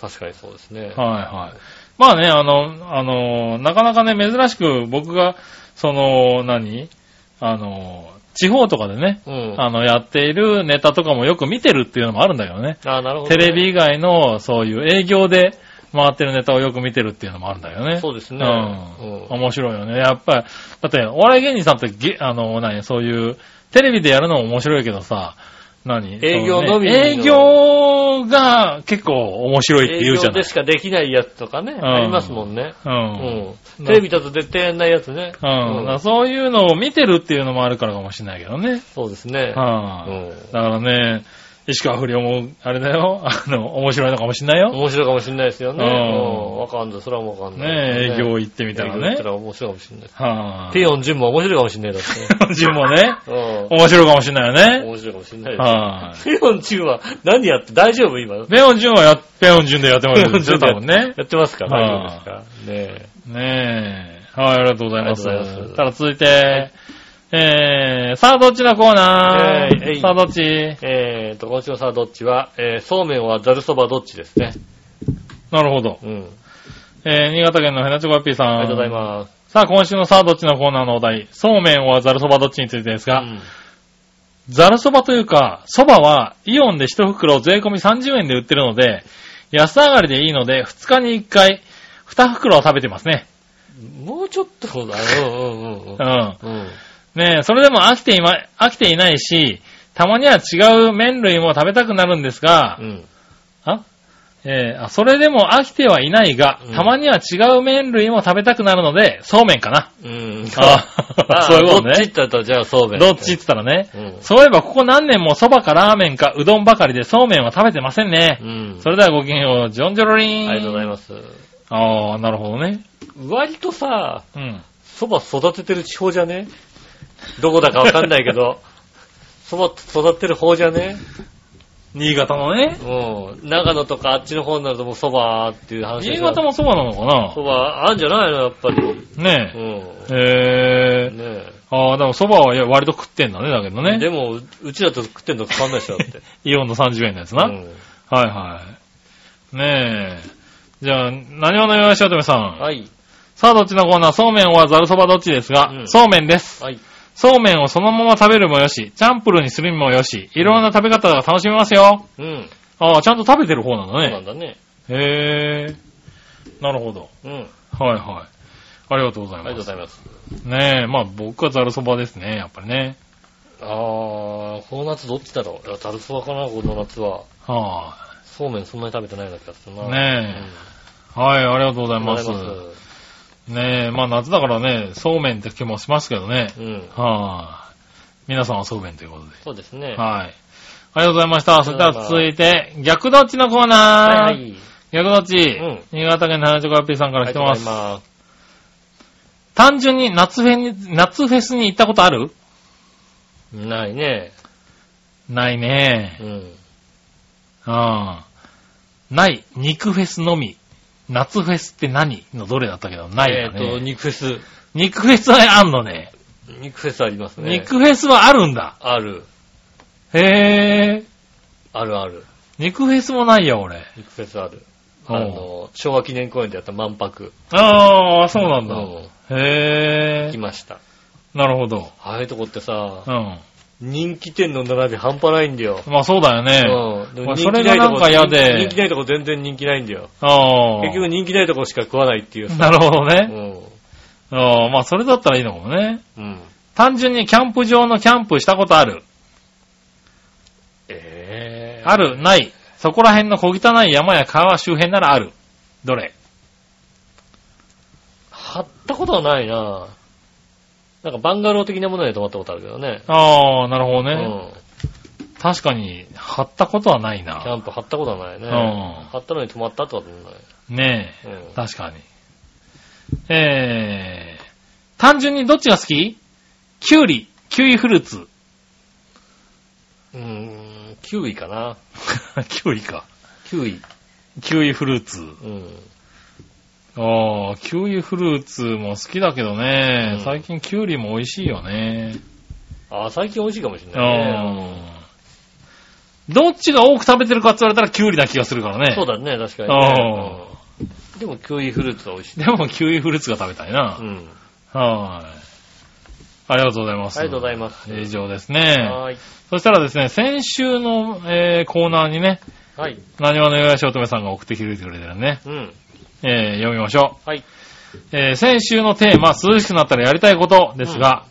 B: 確かにそうですね。
C: はいはい。まあね、あの、あの、なかなかね、珍しく僕が、その、何あの、地方とかでね、
B: うん。あ
C: あの、やっているネタとかもよく見てるっていうのもあるんだけどね。
B: あ、なるほどね。
C: テレビ以外の、そういう営業で回ってるネタをよく見てるっていうのもあるんだよね。
B: そうですね。
C: うん。
B: うん
C: 面白いよね。やっぱり、だって、お笑い芸人さんってげ、あの、何、そういう、テレビでやるのも面白いけどさ、何
B: 営業のみ
C: そうね営業が結構面白いって言うじゃ
B: 営業
C: な
B: で
C: い
B: しかできないやつとかね、
C: ん
B: ありますもんね。
C: う。
B: うんん。テレビだと絶対やんないやつね。
C: うん。だか
B: う
C: ら
B: ん
C: そういうのを見てるっていうのもあるからかもしれないけどね。
B: そうですね。う
C: は
B: ん
C: い。だからね、石川不良も、あれだよ、あの、面白いのかもしれないよ。
B: 面白いかもしれないですよね。
C: う
B: うんん。わかんない。それはわかんない。
C: ね営
B: 行っ
C: 業行ってみたら
B: 行っ
C: ね
B: た。ら面白いかもしれない。
C: はい。
B: ピヨンジュンも面白いかもしれないだっ
C: ジュン
B: <laughs>
C: もね、
B: て。う
C: 面白いかもしれない
B: ん。
C: よね。
B: 面白いかもしれないです。
C: は
B: ピヨンジュンは何やって大丈夫今。
C: い。ペヨンジュンはや、ペヨンジュンでやってもらうんですよ、
B: ペ
C: 多
B: ヨン
C: 分ね。
B: やってますか
C: は
B: 大丈夫ですかね
C: ねえ。はい、ありがとうございます。
B: ありがとうございます
C: ただ続いて、えー、さあどっちのコーナ
B: えいえ
C: ー
B: い
C: さあどっち
B: え。えーと、今週のさあどっちは、えーそうめんはざるそばどっちですね。
C: なるほど。
B: うん。
C: えー、新潟県のヘナチョコヨッピーさん。
B: ありがとうございます。
C: す。さあ今週のさあどっちのコーナーのお題、そうめんはざるそばどっちについてです
B: う
C: が、
B: ん
C: ざるそばというか、そばはイオンで一袋税込み30円で売ってるので、安上がりでいいので、2日に1回、2袋は食べてますね。
B: もうちょっとだよ。うんうんうん
C: う。ん。
B: うん。
C: ねえ、それでも飽きていま、飽きていないし、たまには違う麺類も食べたくなるんですが
B: う、ん。
C: あえーあ、それでも飽きてはいないが
B: う、ん
C: たまには違う麺類も食べたくなるので、そうめんかな。
B: うん。
C: あ <laughs> そういうこと
B: どっち
C: ね。
B: って言ったらじゃあそうめん。
C: どっちって言ったらね。
B: うん。
C: そういえばここ何年も蕎麦かラーメンかうどんばかりでそうめんは食べてませんね
B: う。ん。
C: それではごきげんよう、ジョンジョロリン。
B: ありがとうござい
C: す。
B: ます。
C: ああ、なるほどね。
B: 割とさ、
C: うん。
B: 蕎麦育ててる地方じゃねどこだかわかんないけど、 <laughs> 蕎麦育てる方じゃね
C: 新潟のね。
B: うん。長野とかあっちの方になるともう蕎麦っていう話で
C: 新
B: しょ
C: 潟も蕎麦なの
B: 蕎
C: か
B: 麦あんじゃないのやっぱり。
C: なね
B: う
C: え。
B: ん。
C: へえ。
B: ね
C: ああ、でも蕎麦は割と食ってんだね、だけど
B: え。で
C: ね。
B: も、ううちだと食ってんの変わんないでしょ、だって。
C: イオンの30円のやつな。
B: う
C: はい
B: ん
C: はい。ねえ。じゃあ、何話のよやしおとめさん。
B: はい。
C: さあ、どっちのコーナーそうめんはざるそばどっちですが、
B: うん
C: そうめんです。
B: はい。
C: そうめんをそのまま食べるもよし、チャンプルーにするもよし、いろんな食べ方が楽しめますよ。
B: うん。
C: ああ、ちゃんと食べてる方なんだ
B: そうなん
C: ね。
B: だね。
C: へえ。なるほど。
B: うん。
C: はいはい。ありがとうござ
B: あ
C: い
B: りがとうご
C: ます。
B: ざいます。
C: ねえ、まあ僕はざるそばですね、やっぱりね。
B: あー、この夏どっちだろういや、タルソワかな、この夏は。
C: は
B: そうめんそんなに食べてないような気がするな。
C: ねい、はい、ありがとうござ
B: え
C: います。ねえ、まあ夏だからね、そうめんって気もしますけどね。
B: うん。
C: はい、皆さんはそうめんということで。
B: そうですね。
C: はい。ありがとうございました。それでは続いて、逆どっちのコーナー。
B: はいはい。
C: 逆どっち、
B: ん
C: 新潟県七十五 p さんから来て
B: あ
C: ま
B: り
C: す。
B: がとうございます。
C: 単純に夏フェに、夏フェスに行ったことある
B: ないね。
C: ないね
B: う。ん。
C: ああ。ない。肉フェスのみ。夏フェスって何のどれだったけど、ない
B: え
C: よ
B: っと、
C: ね。
B: 肉フェス。
C: 肉フェスはねあんのね
B: 肉フェスありますね。
C: 肉フェスはあるんだ。
B: ある。
C: へえ。
B: あるある。
C: 肉フェスもないよ、俺。
B: 肉フェスある。
C: うん
B: あの、昭和記念公園でやった万博。
C: ああ、そうなんだ。
B: うん
C: へ
B: 行き
C: え。
B: ました。
C: なるほど。
B: ああいうとこってさ
C: う、ん。
B: 人気店の並び半端ないんだよ。
C: まあそうだよね。
B: うんで
C: ま
B: も人
C: あ
B: 気い
C: それがなんか嫌で
B: 人気ないとこ全然人気ないんだよ。
C: ああ。
B: 結局人気ないとこしか食わないっていうさ。
C: なるほど
B: う
C: ね。
B: ん。
C: ああ、まあそれだったらいいのかもね。
B: うん。
C: 単純にキャンプ場のキャンプしたことある。
B: ええ
C: ある、ない。そこら辺の小汚い山や川周辺ならある。どれ
B: 貼ったことはないななんかバンガロー的なもので泊まったことあるけどね。
C: ああ、なるほど
B: う
C: ね。
B: ん。
C: 確かに、貼ったことはない
B: キャ
C: な。
B: ンプ貼ったことはないね。
C: うん
B: 貼ったのに泊まったってことはない。
C: ね
B: う
C: え、
B: ん。
C: 確かに。えー、単純にどっちが好きキュウリ、キウイフルーツ。
B: うーん、キウイかな。
C: キウイか。
B: <laughs> キウイ。
C: キウイフルーツ。
B: うん。
C: ああ、キウイフルーツも好きだけどね、
B: うん
C: 最近キュウリも美味しいよね。
B: あー最近美味しいかもしれないね。
C: うん。どっちが多く食べてるかって言われたらキュウリな気がするからね。
B: そうだね、確かに
C: あ
B: ね、うんでもキウイフルーツは美味しい。
C: でもキウイフルーツが食べたいな。
B: うん。
C: はーい。ありがとうございます。
B: ありがとうございます。
C: 以上ですね。
B: はーい。
C: そしたらですね、先週の、えーコーナーにね、
B: はい。
C: なにわのよやしおとめさんが送ってきてくれてるね、
B: うん。
C: えー読みましょ
B: はい。
C: う。えー先週のテーマ、涼しくなったらやりたいことですが、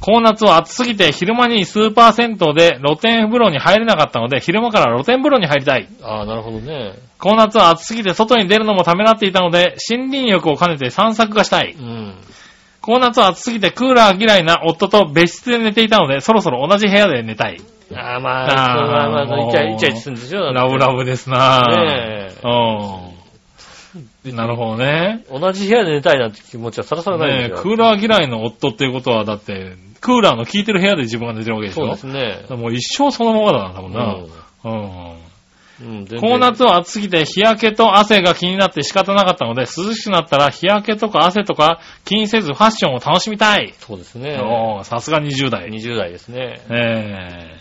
C: この夏は暑すぎて昼間にスーパー銭湯で露天風呂に入れなかったので、昼間から露天風呂に入りたい。
B: ああ、なるほどね。
C: この夏は暑すぎて外に出るのもためらっていたので、森林浴を兼ねて散策がしたい。
B: うん。
C: この夏は暑すぎてクーラー嫌いな夫と別室で寝ていたので、そろそろ同じ部屋で寝たい。
B: ああ、まあ、
C: あー
B: まあ、まあ、
C: もう
B: イチャイチャイチャするんでしょ
C: ラブラブですなぁ。
B: ね
C: うん。なるほどね。
B: え。同じ部屋で寝たいなんて気持ちはさらさらない
C: ね
B: んで
C: え
B: す
C: ク
B: よ。
C: ーラー嫌いの夫っていうことは、だって、クーラーの効いてる部屋で自分が寝てるわけでしょ
B: そうですね。
C: もう一生そのままだな、多分な。うん。
B: うん。
C: この
B: なっ
C: 夏は暑すぎて日焼けと汗が気になって仕方なかったので、涼しくなったら日焼けとか汗とか気にせずファッションを楽しみたい。
B: そうですね。
C: おーさすが20代。
B: 20代ですね。
C: え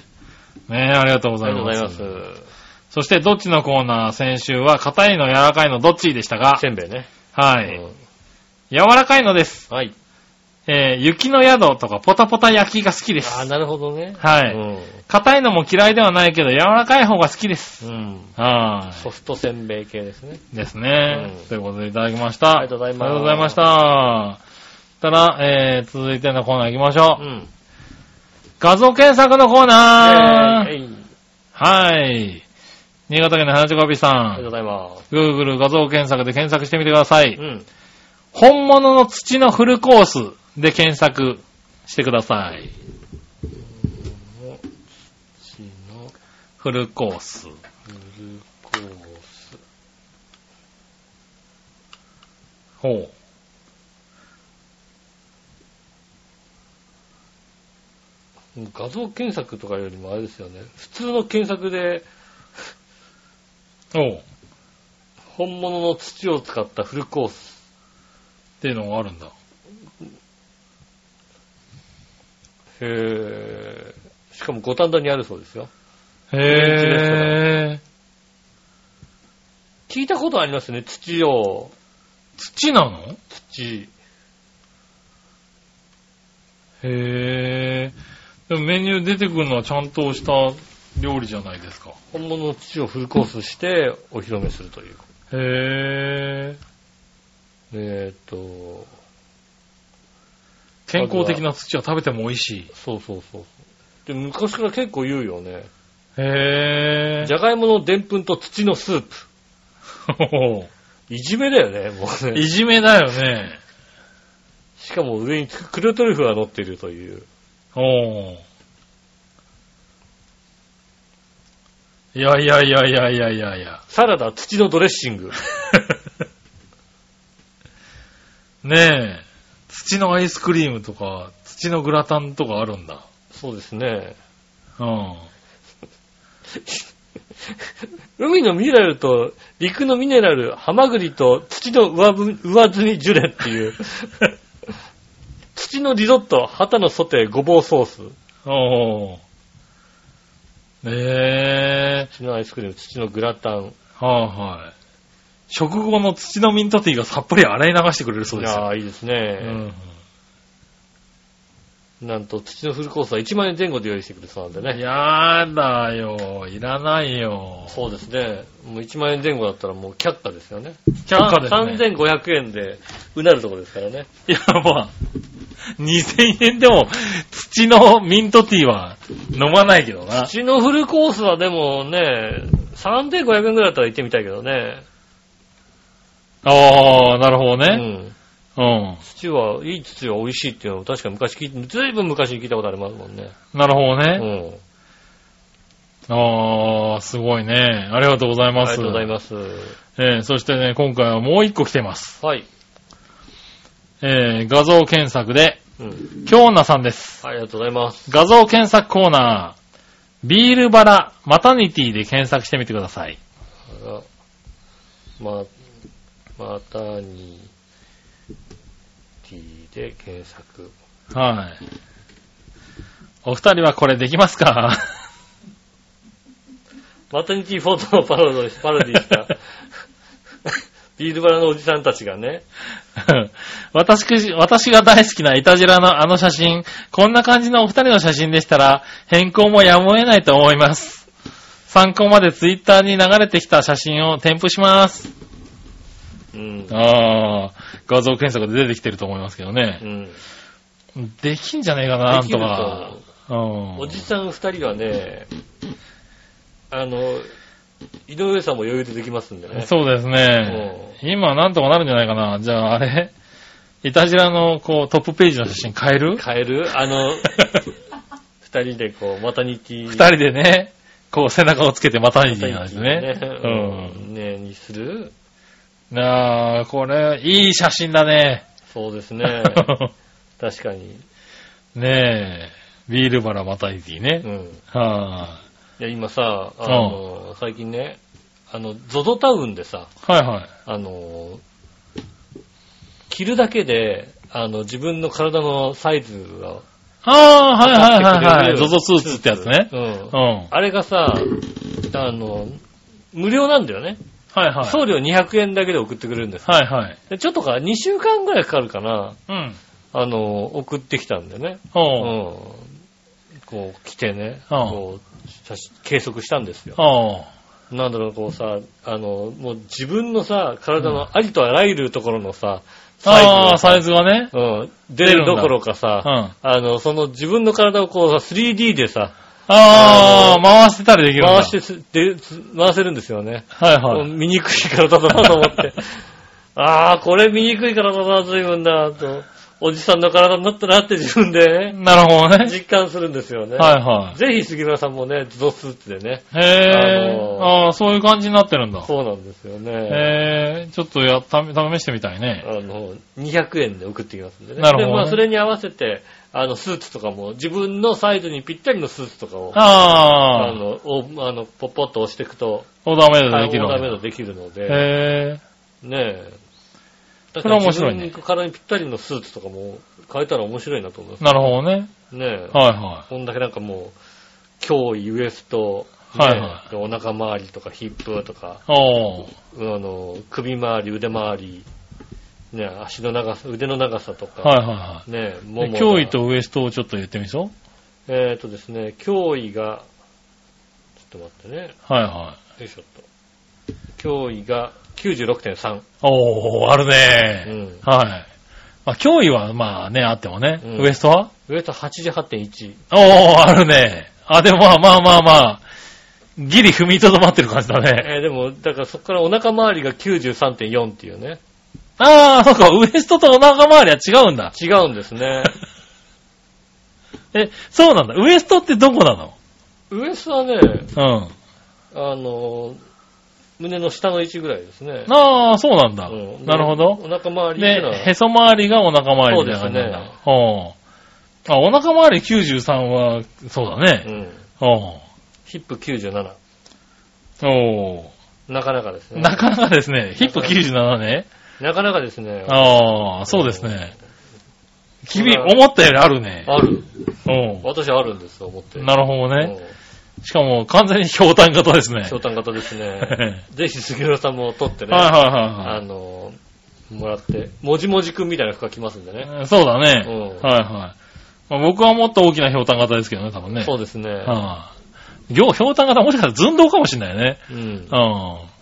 C: えねえ、ありがとうご
B: あ
C: ざい
B: りがとうご
C: ま
B: ざ
C: す。
B: います。
C: そして、どっちのコーナー先週は、硬いの柔らかいのどっちでしたか
B: せんべいね。
C: はい、
B: うん
C: 柔らかいのです。
B: はい。
C: えー、雪の宿とかポタポタ焼きが好きで
B: ああ、
C: す。
B: なるほどね。
C: はいう硬いのも嫌いではないけど、柔らかい方が好きです。
B: ん。うん。
C: は
B: ソフトせんべい系ですね。
C: い。ですね、
B: うん
C: ということでいただきました。
B: ありがとうございます
C: ありがとうございました。そしたら、えー、続いてのコーナー行きましょ
B: う
C: う。
B: ん。
C: 画像検索のコーナー、
B: イェーイはい
C: はい。新潟県の花ちこびさ
B: ありがとうご
C: ん。
B: ざいます
C: Google 画像検索で検索してみてください。。
B: うん。
C: 本物の土のフルコースで検索してください。
B: シの
C: フルコース。
B: グルコース。
C: ほう。
B: 画像検索とかよりもあれですよね。普通の検索で
C: おう。っ
B: 本物の土を使ったフルコース。
C: ていうのがあるんだ。
B: へえ。しかも五反田にあるそうですよ。
C: へぇー。
B: 聞いたことありますね。土を、
C: 土なの
B: 7。
C: へぇー。でもメニュー出てくるのはちゃんとした料理じゃないですか。
B: 本物の土をフルコースしてお披露目するという。
C: へぇー。
B: えっ、と、
C: 健康的な土は食べても美味しい。
B: そうそうそう。で昔から結構言うよね。
C: へぇー。 <laughs>
B: じゃがいものでんぷんと土のスープ。
C: ほ
B: いじめだよね、もう
C: う
B: ね。
C: いじめだよね。
B: しかも上に黒トリュフが乗っているという。
C: おー。いやいやいやいやいやいやいや。
B: サラダ土のドレッシン
C: <laughs>
B: グ。
C: <laughs> ねえ。土のアイスクリームとか、土のグラタンとかあるんだ。
B: そうですね。
C: うん。
B: 海のミネラルと陸のミネラル、ハマグリと土の上ぶ上積みジュレって
C: <laughs>
B: いう。土のリゾット、旗のソテー、ごぼうソース。
C: おー。ねえ。
B: 土のアイスクリーム、土のグラタン。
C: はい、はい。食後の土のミントティーがさっぱり洗い流してくれるそう
B: い
C: ですよ。
B: やーいいです
C: う
B: ね、
C: ん
B: なんと土のフルコースは1万円前後で用意してくれそうなんでね。
C: やだよ。いらないよ。
B: そうですね。もう1万円前後だったらもう却下ですよね。
C: 却下ですね。
B: 3500円でうなるとこですからね。
C: や <laughs> ば。2000円でも、土のミントティーは飲まないけどな。
B: 土のフルコースはでもね、3500円ぐらいだったら行ってみたいけどね。
C: ああ、なるほど
B: う
C: ね。
B: ん。
C: うん。
B: 土は、いい土は美味しいっていうのを確か昔聞いて、ずいぶん昔に聞いたことありますもんね。
C: なるほど
B: う
C: ね。
B: ん。
C: ああ、すごいね。ありがとうござい
B: あ
C: ま
B: り
C: す。
B: がとうございます。
C: えーそしてね、今回はもう一個来てます。
B: はい。
C: えー画像検索で、
B: うん。
C: 京奈さんです。
B: ありがとうございます。
C: 画像検索コーナー、ビールバラ、マタニティで検索してみてください。
B: あらま、またに、t で検索。
C: はい。お二人はこれできますか
B: マタニティフォトをパロディパロディした <laughs> ビールバラのおじさんたちがね、
C: <laughs> 私、私が大好きなイタジラのあの写真、こんな感じのお二人の写真でしたら、変更もやむを得ないと思います。参考までツイッターに流れてきた写真を添付します。
B: <laughs> うん。
C: ああ、画像検索で出てきてると思いますけど
B: う
C: ね。
B: ん。
C: できんじゃねえかな、なん
B: できる
C: と
B: と
C: か。う
B: お
C: ん。
B: じさん二人はね、あの、井上さんも余裕でできますんでね。
C: そうですね。今なんとかなるんじゃないかな。じゃあ、あれイタジラの、こう、トップページの写真変
B: <laughs>
C: える
B: 変えるあ
C: <laughs>
B: の、二人でこう、マタニティ。
C: 二人でね、こう背中をつけてマタニティなんですね。
B: ね。うん。ねにする
C: うん。ああ、これ、いい写真だね。
B: そうです
C: <laughs>
B: ね。確かに。
C: ねえ。ビールバラマタニティね
B: う。ん。
C: はい
B: や、今さ、あの、最近ね、あの、ゾゾタウンでさ、
C: い。はいはい。
B: あの、着るだけで、あの、自分の体のサイズが、
C: ああー、はいはいはいはい。
B: ゾ
C: ゾ
B: ゾ
C: ゾスーツってやつね。
B: うん。
C: うん。は
B: あれがさ、あの、無料なんだよね。
C: いはい。
B: 送料200円だけで送ってくれるんです。
C: はいはい。
B: でちょっとか、2週間ぐらいかかるかな、
C: うん。
B: あの、送ってきたんでね。うん
C: おう。。
B: こう、来てね、
C: うん
B: こう、写真計測したんですよ。
C: おう。
B: なんだろう、こうさ、あの、もう自分のさ、体のありとあらゆるところのさ、サイズ
C: ああ、
B: がさ
C: サイズがね。
B: うん、出るどころかさ、
C: うん。
B: あの、その自分の体をこうさ、3D でさ、
C: ああ、回してたりできるんだ。
B: 回してすで、す回せるんですよね。
C: はいはい。
B: 見にくい体だなと思
C: <laughs>
B: って。ああ、これ見にくい体だな、随分な、と。おじさんの体になったなって自分でね、
C: なるほどね。
B: 実感するんですよね。
C: はいはい。
B: ぜひ杉村さんもね、ゾスーツでね。
C: へえ、
B: あのー
C: ああ、そういう感じになってるんだ。
B: そうなんですよね。
C: えー、ちょっとやった、試してみたいね。
B: あの、200円で送ってきますんでね。
C: なるほどね
B: で、まあ、それに合わせて、あの、スーツとかも、自分のサイズにぴったりのスーツとかを、あ
C: ああ、
B: の、おあのポッポッと押していくと、
C: オーダーメイドで
B: ダ
C: できるわけ
B: メ
C: だ
B: ド。できるので。
C: へえ
B: ねえ。だ
C: それは面白いね
B: 自分の体にぴったりのスーツとかも変えたら面白いなと思いま
C: ー、なるほどね。
B: す。ねえ。
C: はいは
B: こんだけなんかもう、脅威、ウエスト、ね
C: はいは
B: お腹周りとかヒップとか、
C: い。おー、
B: あの、首周り、腕周り、ね、足の長さ、腕の長さとか、
C: はいはいはい。
B: ね、も
C: で脅威。とウエストをちょっと言ってみそう。
B: えっ、とですね、脅威が、ちょっと待ってね、
C: はいは
B: よいしょっと。脅威が96.3。
C: い。おー、ある
B: う
C: ね
B: ん。
C: はい。まあ、脅威は、まあね、あってもね。
B: うん
C: ウエストは
B: ウエスト88.1。
C: おー、あるねあ、でもまあまあまあまあ、ギリ踏みとどまってる感じだね。
B: えーでも、だからそこからお腹周りが93.4っていうね。
C: あー、そっか、ウエストとお腹周りは違うんだ。
B: 違うんです
C: <laughs>
B: ね。
C: え、そうなんだ。ウエストってどこなの
B: ウエストはね、
C: うん。
B: あのー、胸の下の位置ぐらいですね。
C: あー、そうなんだ。
B: うん
C: なるほど。
B: お腹周りっていうのは
C: で、へそ周りがお腹周りみたいな感じなんだ。
B: そうですね
C: ほうあ、お腹周り93は、そうだ
B: う
C: ね。
B: ん、
C: ほ
B: ヒップ97。
C: うお
B: なかなかです
C: う
B: ね。
C: なかなかですね、ヒップ97ね。
B: なかなかですね。
C: ああ、そうですね。君、
B: うん
C: 思ったよりあるね。
B: ある。
C: う
B: 私あるんです、思って。
C: ん。なるほどね。
B: ね。
C: しかも、完全に氷炭型ですね。
B: 翔太型です
C: <laughs>
B: ね。
C: はい
B: ぜひ杉浦さんも撮ってね。
C: は
B: あのー、もらって、もじもじくんみたいな服が来ますんで
C: いはい
B: ね。
C: はい。そうだね。
B: うん
C: はいはい。まあ僕はもっと大きな氷炭型ですけどね、多分ね。
B: そうですね。
C: はい。よう氷炭型もしかしたら寸胴かもしれないね。
B: うん
C: う。ん。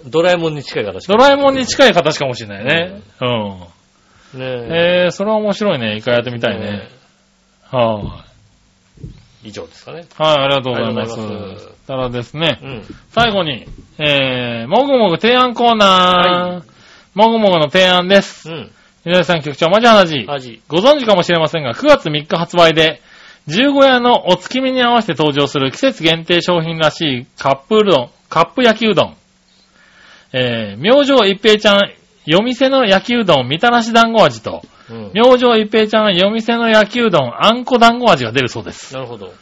B: ドラえもんに近い形。
C: ドラえもんに近い形かもしれないね。うん。
B: い。ねえ。
C: えー、それは面白いね。一回やってみたいね。はい、
B: 以上ですかね。
C: はい、ありがとうございます。
B: ありがとうございます
C: ただですね
B: う、ん。
C: 最後に、えー、もぐもぐ提案コーナー。もぐもぐの提案です。
B: うん。
C: 皆さん局長、マジ話。
B: 味。
C: ご存知かもしれませんが、9月3日発売で、15夜のお月見に合わせて登場する季節限定商品らしいカップうどん、カップ焼きうどん。えー、明星一平ちゃん、夜店の焼きうどん、みたらし団子味と、
B: うん。
C: 明星一平ちゃん、夜店の焼きうどん、あんこ団子味が出るそうです。
B: なるほど。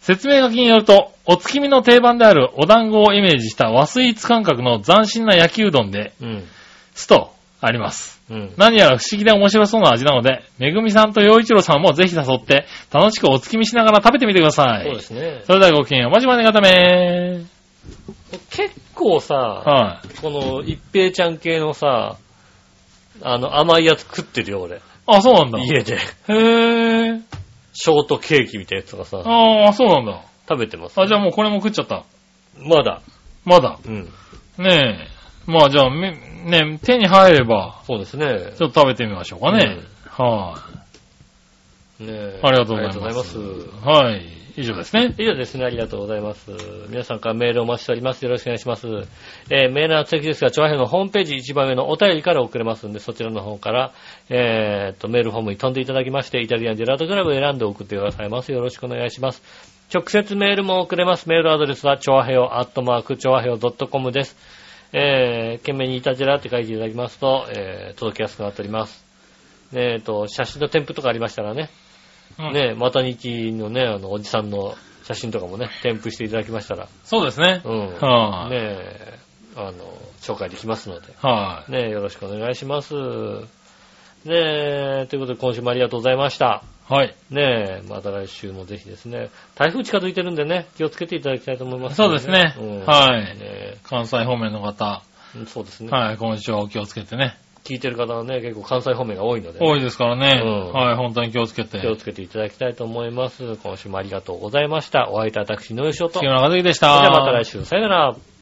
C: 説明書きによると、お月見の定番であるお団子をイメージした和スイーツ感覚の斬新な焼きうどんで、
B: うん。
C: すと、あります。
B: うん。
C: 何やら不思議で面白そうな味なので、めぐみさんと陽一郎さんもぜひ誘って、楽しくお月見しながら食べてみてください。
B: そうですね。
C: それではごきげんよう。まじまねがため
B: 結構さ、
C: はい。
B: この一平ちゃん系のさ、あの甘いやつ食ってるよ、俺。
C: あ、そうなんだ。
B: 家で。
C: へぇー。
B: ショートケーキみたいなやつとかさ、
C: ああ、そうなんだ。
B: 食べてます。
C: あ、じゃあもうこれも食っちゃった。
B: まだ。
C: まだ。
B: うん。
C: ねえ。まあじゃあ、みね手に入れば、
B: そうですね。
C: ちょっと食べてみましょうかね。はい、
B: ねえ
C: ありがとうございます
B: ありがとうございます。
C: はい。以上ですね。
B: 以上ですね、ありがとうございます。皆さんからメールをお待ちしております。よろしくお願いします。えーメールは続きですが、調和編のホームページ一番上のお便りから送れますので、そちらの方から、えーっと、メールフォームに飛んでいただきまして、イタリアンジェラートクラブを選んで送ってくださいます。よろしくお願いします。直接メールも送れます。メールアドレスは、調和編アットマーク、調和編 .com です。えー、懸命にイタジェラって書いていただきますと、えー届きやすくなっております。えーっと、写真の添付とかありましたらね、
C: うん
B: ね、またにきのね、あの、おじさんの写真とかもね、添付していただきましたら、
C: そうですね。
B: うん。
C: はい、
B: ねえ、あの、紹介できますので、
C: はい、
B: ねえ、よろしくお願いします。ねえ、ということで今週もありがとうございました。
C: はい。
B: ねえ、また来週もぜひですね、台風近づいてるんでね、気をつけていただきたいと思います、
C: そうですね
B: うん
C: はい
B: ねえ
C: 関西方面の方、
B: うんそうですね。
C: はい、今週はお気をつけてね。
B: 聞いてる方はね、結構関西方面が多いので、
C: 多いですからね。
B: うん
C: はい、本当に気をつけて。
B: 気をつけていただきたいと思います。今週もありがとうございました。お会いいたい私、野吉尾と。そ
C: 木
B: れで
C: 村和樹でした。
B: はまた来週、さよなら。